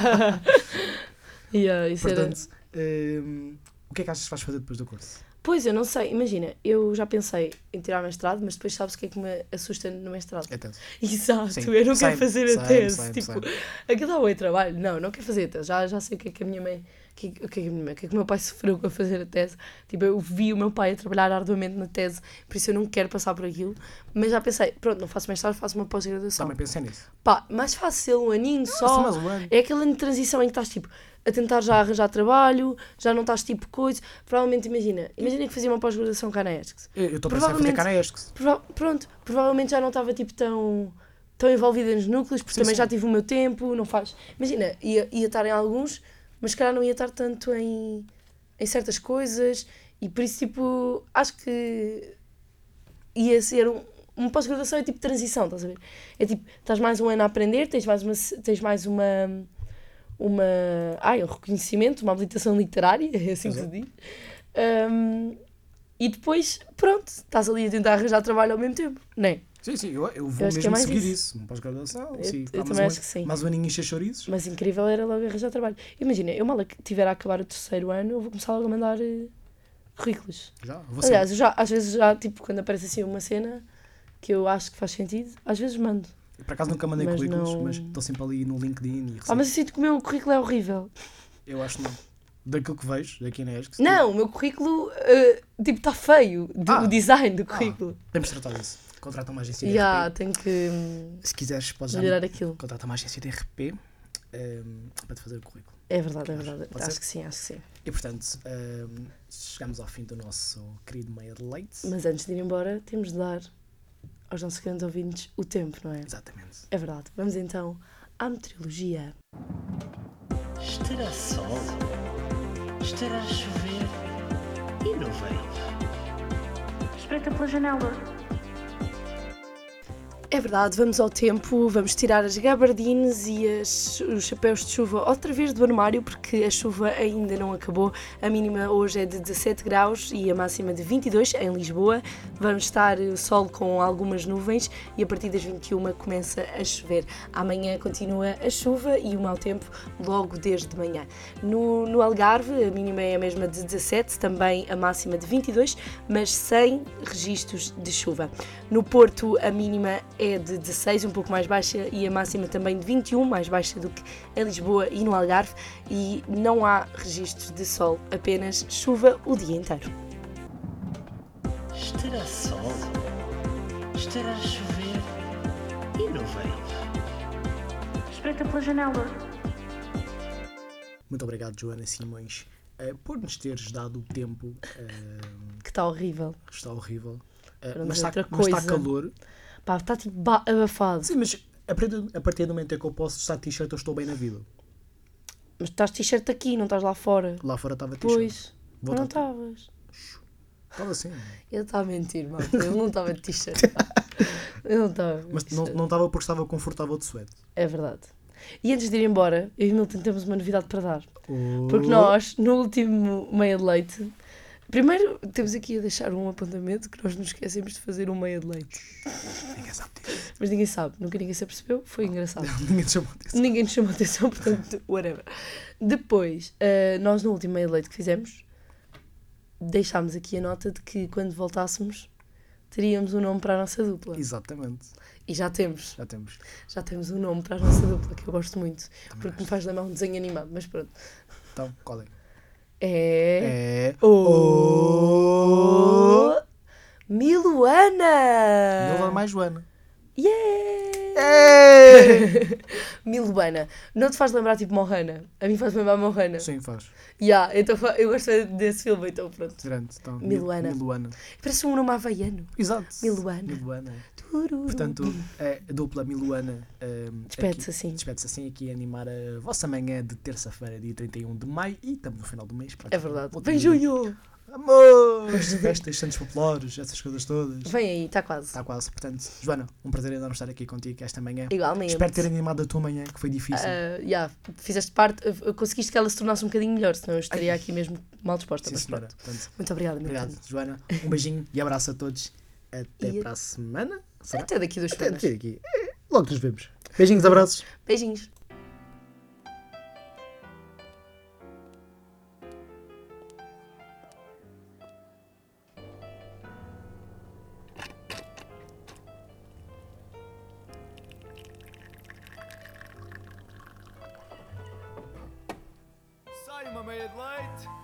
[SPEAKER 3] yeah, isso era-
[SPEAKER 2] Portanto, hum, o que é que achas que vais fazer depois do curso?
[SPEAKER 3] Pois, eu não sei, imagina, eu já pensei em tirar mestrado, mas depois sabes o que é que me assusta no mestrado?
[SPEAKER 2] É tese.
[SPEAKER 3] (laughs) Exato,
[SPEAKER 2] Sim,
[SPEAKER 3] eu não
[SPEAKER 2] same,
[SPEAKER 3] quero fazer a
[SPEAKER 2] same,
[SPEAKER 3] tese.
[SPEAKER 2] same,
[SPEAKER 3] tipo,
[SPEAKER 2] same.
[SPEAKER 3] aquilo dá bom trabalho. Não, não quero fazer a tese. Já, já sei o que é que a minha mãe. O que, é que- o que é que a minha mãe- o que é que o meu pai sofreu com a fazer a tese? Tipo, eu vi o meu pai a trabalhar arduamente na tese, por isso eu não quero passar por aquilo. Mas já pensei, pronto, não faço mestrado, faço uma pós-graduação.
[SPEAKER 2] Também pensei nisso.
[SPEAKER 3] Pá, mais fácil um aninho
[SPEAKER 2] Só
[SPEAKER 3] só.
[SPEAKER 2] mais um ano.
[SPEAKER 3] É aquele ano de transição em que estás tipo a tentar já arranjar trabalho, já não estás tipo coisa. Provavelmente, imagina, imagina que fazia uma pós-graduação cá na ESCS.
[SPEAKER 2] Eu estou a pensar em fazer
[SPEAKER 3] Provavelmente-
[SPEAKER 2] cara a ESCS.
[SPEAKER 3] Prova- pronto, provavelmente já não estava tipo tão, tão envolvida nos núcleos, porque
[SPEAKER 2] Sim,
[SPEAKER 3] também
[SPEAKER 2] sim.
[SPEAKER 3] já tive o meu tempo, não faz. Imagina, ia, ia estar em alguns, mas se calhar não ia estar tanto em, em certas coisas, e por isso, tipo, acho que ia ser um. Uma pós-graduação é tipo transição, estás a ver? É tipo, estás mais um ano a aprender, tens mais uma. se- Tens mais uma uma. Ai, um reconhecimento, uma habilitação literária, (laughs) é assim que se
[SPEAKER 2] Exato.
[SPEAKER 3] diz. Ahm, e depois, pronto, estás ali a tentar arranjar trabalho ao mesmo tempo, não é?
[SPEAKER 2] Sim, sim, eu, eu vou
[SPEAKER 3] acho que
[SPEAKER 2] mesmo
[SPEAKER 3] é mais
[SPEAKER 2] seguir
[SPEAKER 3] isso.
[SPEAKER 2] isso. Um pós-graduação,
[SPEAKER 3] Eu-
[SPEAKER 2] sim.
[SPEAKER 3] eu
[SPEAKER 2] pá, mais
[SPEAKER 3] também
[SPEAKER 2] um
[SPEAKER 3] acho
[SPEAKER 2] ano-
[SPEAKER 3] que sim.
[SPEAKER 2] Mais um aninho encher chouriços.
[SPEAKER 3] Mas incrível era logo arranjar trabalho. Imagina, eu mal ac- tiver a acabar o terceiro ano, eu vou começar logo a mandar eh, currículos.
[SPEAKER 2] Já, vou
[SPEAKER 3] Aliás, eu já, às vezes já, tipo, quando aparece assim uma cena que eu acho que faz sentido, às vezes mando.
[SPEAKER 2] Por acaso nunca mandei
[SPEAKER 3] mas
[SPEAKER 2] currículos,
[SPEAKER 3] não-
[SPEAKER 2] mas estou sempre ali no LinkedIn e recebo.
[SPEAKER 3] Ah, mas eu sinto que o meu currículo é horrível.
[SPEAKER 2] Eu acho que não. Daquilo que vejo, daqui na ESC.
[SPEAKER 3] Não, o meu currículo, eh, tipo, está feio. do-
[SPEAKER 2] Ah.
[SPEAKER 3] O design do currículo.
[SPEAKER 2] Temos de Ah, tratar disso. Contrata uma agência
[SPEAKER 3] Já,
[SPEAKER 2] de
[SPEAKER 3] ah, tenho que hum,
[SPEAKER 2] RP. Se quiseres, podes já
[SPEAKER 3] melhorar aquilo.
[SPEAKER 2] contrata uma agência de RP ehm, para te fazer o currículo.
[SPEAKER 3] É verdade, é verdade.
[SPEAKER 2] Pode
[SPEAKER 3] acho
[SPEAKER 2] ser?
[SPEAKER 3] que sim, acho que sim.
[SPEAKER 2] E portanto, ehm, chegamos ao fim do nosso querido meio de leite.
[SPEAKER 3] Mas antes de ir embora, temos de dar aos nossos grandes ouvintes o tempo, não é?
[SPEAKER 2] Exatamente.
[SPEAKER 3] É verdade. Vamos então à meteorologia.
[SPEAKER 4] Estará sol? Estará a chover? E não veio.
[SPEAKER 5] Espreita pela janela.
[SPEAKER 3] É verdade, vamos ao tempo, vamos tirar as gabardines e as- os chapéus de chuva outra vez do armário, porque a chuva ainda não acabou. A mínima hoje é de 17 graus e a máxima de 22 em Lisboa. Vamos estar o sol com algumas nuvens e a partir das 21 começa a chover. Amanhã continua a chuva e o mau tempo logo desde de manhã. No, no Algarve, a mínima é a mesma de 17, também a máxima de 22, mas sem registros de chuva. No Porto, a mínima é de 16, um pouco mais baixa, e a máxima também de 21, mais baixa do que em Lisboa e no Algarve, e não há registros de sol, apenas chuva o dia inteiro.
[SPEAKER 4] Estará sol? Estará a chover? E não veio.
[SPEAKER 5] Espreita pela janela.
[SPEAKER 2] Muito obrigado, Joana Simões, eh, por nos teres dado o tempo. ehm,
[SPEAKER 3] Que está horrível.
[SPEAKER 2] está horrível. Eh,
[SPEAKER 3] Para não
[SPEAKER 2] mas,
[SPEAKER 3] dizer
[SPEAKER 2] está,
[SPEAKER 3] outra
[SPEAKER 2] mas está
[SPEAKER 3] coisa.
[SPEAKER 2] calor.
[SPEAKER 3] Pá, está tipo ba- abafado.
[SPEAKER 2] Sim, mas a partir, a partir do momento em que eu posso estar de t-shirt, eu estou bem na vida.
[SPEAKER 3] Mas estás t-shirt aqui, não estás lá fora.
[SPEAKER 2] Lá fora estava t-shirt.
[SPEAKER 3] Pois,
[SPEAKER 2] Volta
[SPEAKER 3] não
[SPEAKER 2] ao tempo.
[SPEAKER 3] estavas.
[SPEAKER 2] Estava assim.
[SPEAKER 3] Ele está a mentir, mal. Ele não estava de t-shirt.
[SPEAKER 2] (laughs)
[SPEAKER 3] Ele não estava. de
[SPEAKER 2] Mas não
[SPEAKER 3] t-shirt.
[SPEAKER 2] não estava porque estava confortável de suéte.
[SPEAKER 3] É verdade. E antes de ir embora, eu e o Milton temos uma novidade para dar.
[SPEAKER 2] Oh.
[SPEAKER 3] Porque nós, no último meia de leite, primeiro temos aqui a deixar um apontamento que nós nos esquecemos de fazer um meia de leite.
[SPEAKER 2] Ninguém sabe disso. (laughs)
[SPEAKER 3] Mas ninguém sabe, nunca ninguém se apercebeu, foi engraçado.
[SPEAKER 2] Ninguém te chamou disso.
[SPEAKER 3] Ninguém nos chamou atenção, (laughs) portanto, whatever. Depois, ah, nós no último meia de leite que fizemos, deixámos aqui a nota de que quando voltássemos teríamos um nome para a nossa dupla.
[SPEAKER 2] Exatamente.
[SPEAKER 3] E já temos.
[SPEAKER 2] Já temos.
[SPEAKER 3] Já temos um nome para a nossa dupla que eu gosto muito, porque me faz lembrar um desenho animado, mas pronto.
[SPEAKER 2] Então, qual é?
[SPEAKER 3] É.
[SPEAKER 2] É.
[SPEAKER 3] O.
[SPEAKER 2] O.
[SPEAKER 3] Miluana!
[SPEAKER 2] Não vai mais É. Joana.
[SPEAKER 3] Yeah! (laughs) É! Miluana. Não te faz lembrar tipo Mohana? A mim faz lembrar Mohana.
[SPEAKER 2] Sim, faz.
[SPEAKER 3] Yeah, então, fa- eu gosto desse filme, então pronto.
[SPEAKER 2] Grande. Então,
[SPEAKER 3] Miluana.
[SPEAKER 2] Miluana.
[SPEAKER 3] Parece um nome havaiano.
[SPEAKER 2] Exato.
[SPEAKER 3] Miluana.
[SPEAKER 2] Miluana.
[SPEAKER 3] Tururu.
[SPEAKER 2] Portanto, é a dupla Miluana. ehm,
[SPEAKER 3] Uhum.
[SPEAKER 2] aqui-
[SPEAKER 3] Despede-se assim.
[SPEAKER 2] Despede-se assim aqui a animar a vossa manhã de terça-feira, dia 31 de maio. E estamos no final do mês.
[SPEAKER 3] É verdade.
[SPEAKER 2] Outro
[SPEAKER 3] Vem
[SPEAKER 2] dia.
[SPEAKER 3] junho!
[SPEAKER 2] Amores! Festas, santos populares, essas coisas todas.
[SPEAKER 3] Vem aí, está quase.
[SPEAKER 2] Está quase. Portanto, Joana, um prazer enorme estar aqui contigo esta manhã.
[SPEAKER 3] Igualmente.
[SPEAKER 2] Espero ter animado a tua manhã, que foi difícil.
[SPEAKER 3] é Ah, yeah, fizeste parte, ah, conseguiste que ela se tornasse um bocadinho melhor, senão eu estaria aqui mesmo mal disposta.
[SPEAKER 2] Sim,
[SPEAKER 3] mas
[SPEAKER 2] senhora.
[SPEAKER 3] pronto.
[SPEAKER 2] Portanto,
[SPEAKER 3] Muito obrigada, meu
[SPEAKER 2] obrigado, Joana. Um beijinho e abraço a todos. Até
[SPEAKER 3] E a-
[SPEAKER 2] para a semana. Será?
[SPEAKER 3] Até daqui duas
[SPEAKER 2] Até
[SPEAKER 3] semanas.
[SPEAKER 2] até aqui. Eh, Logo nos vemos. Beijinhos, abraços.
[SPEAKER 3] Beijinhos.
[SPEAKER 6] Sai uma meia de leite.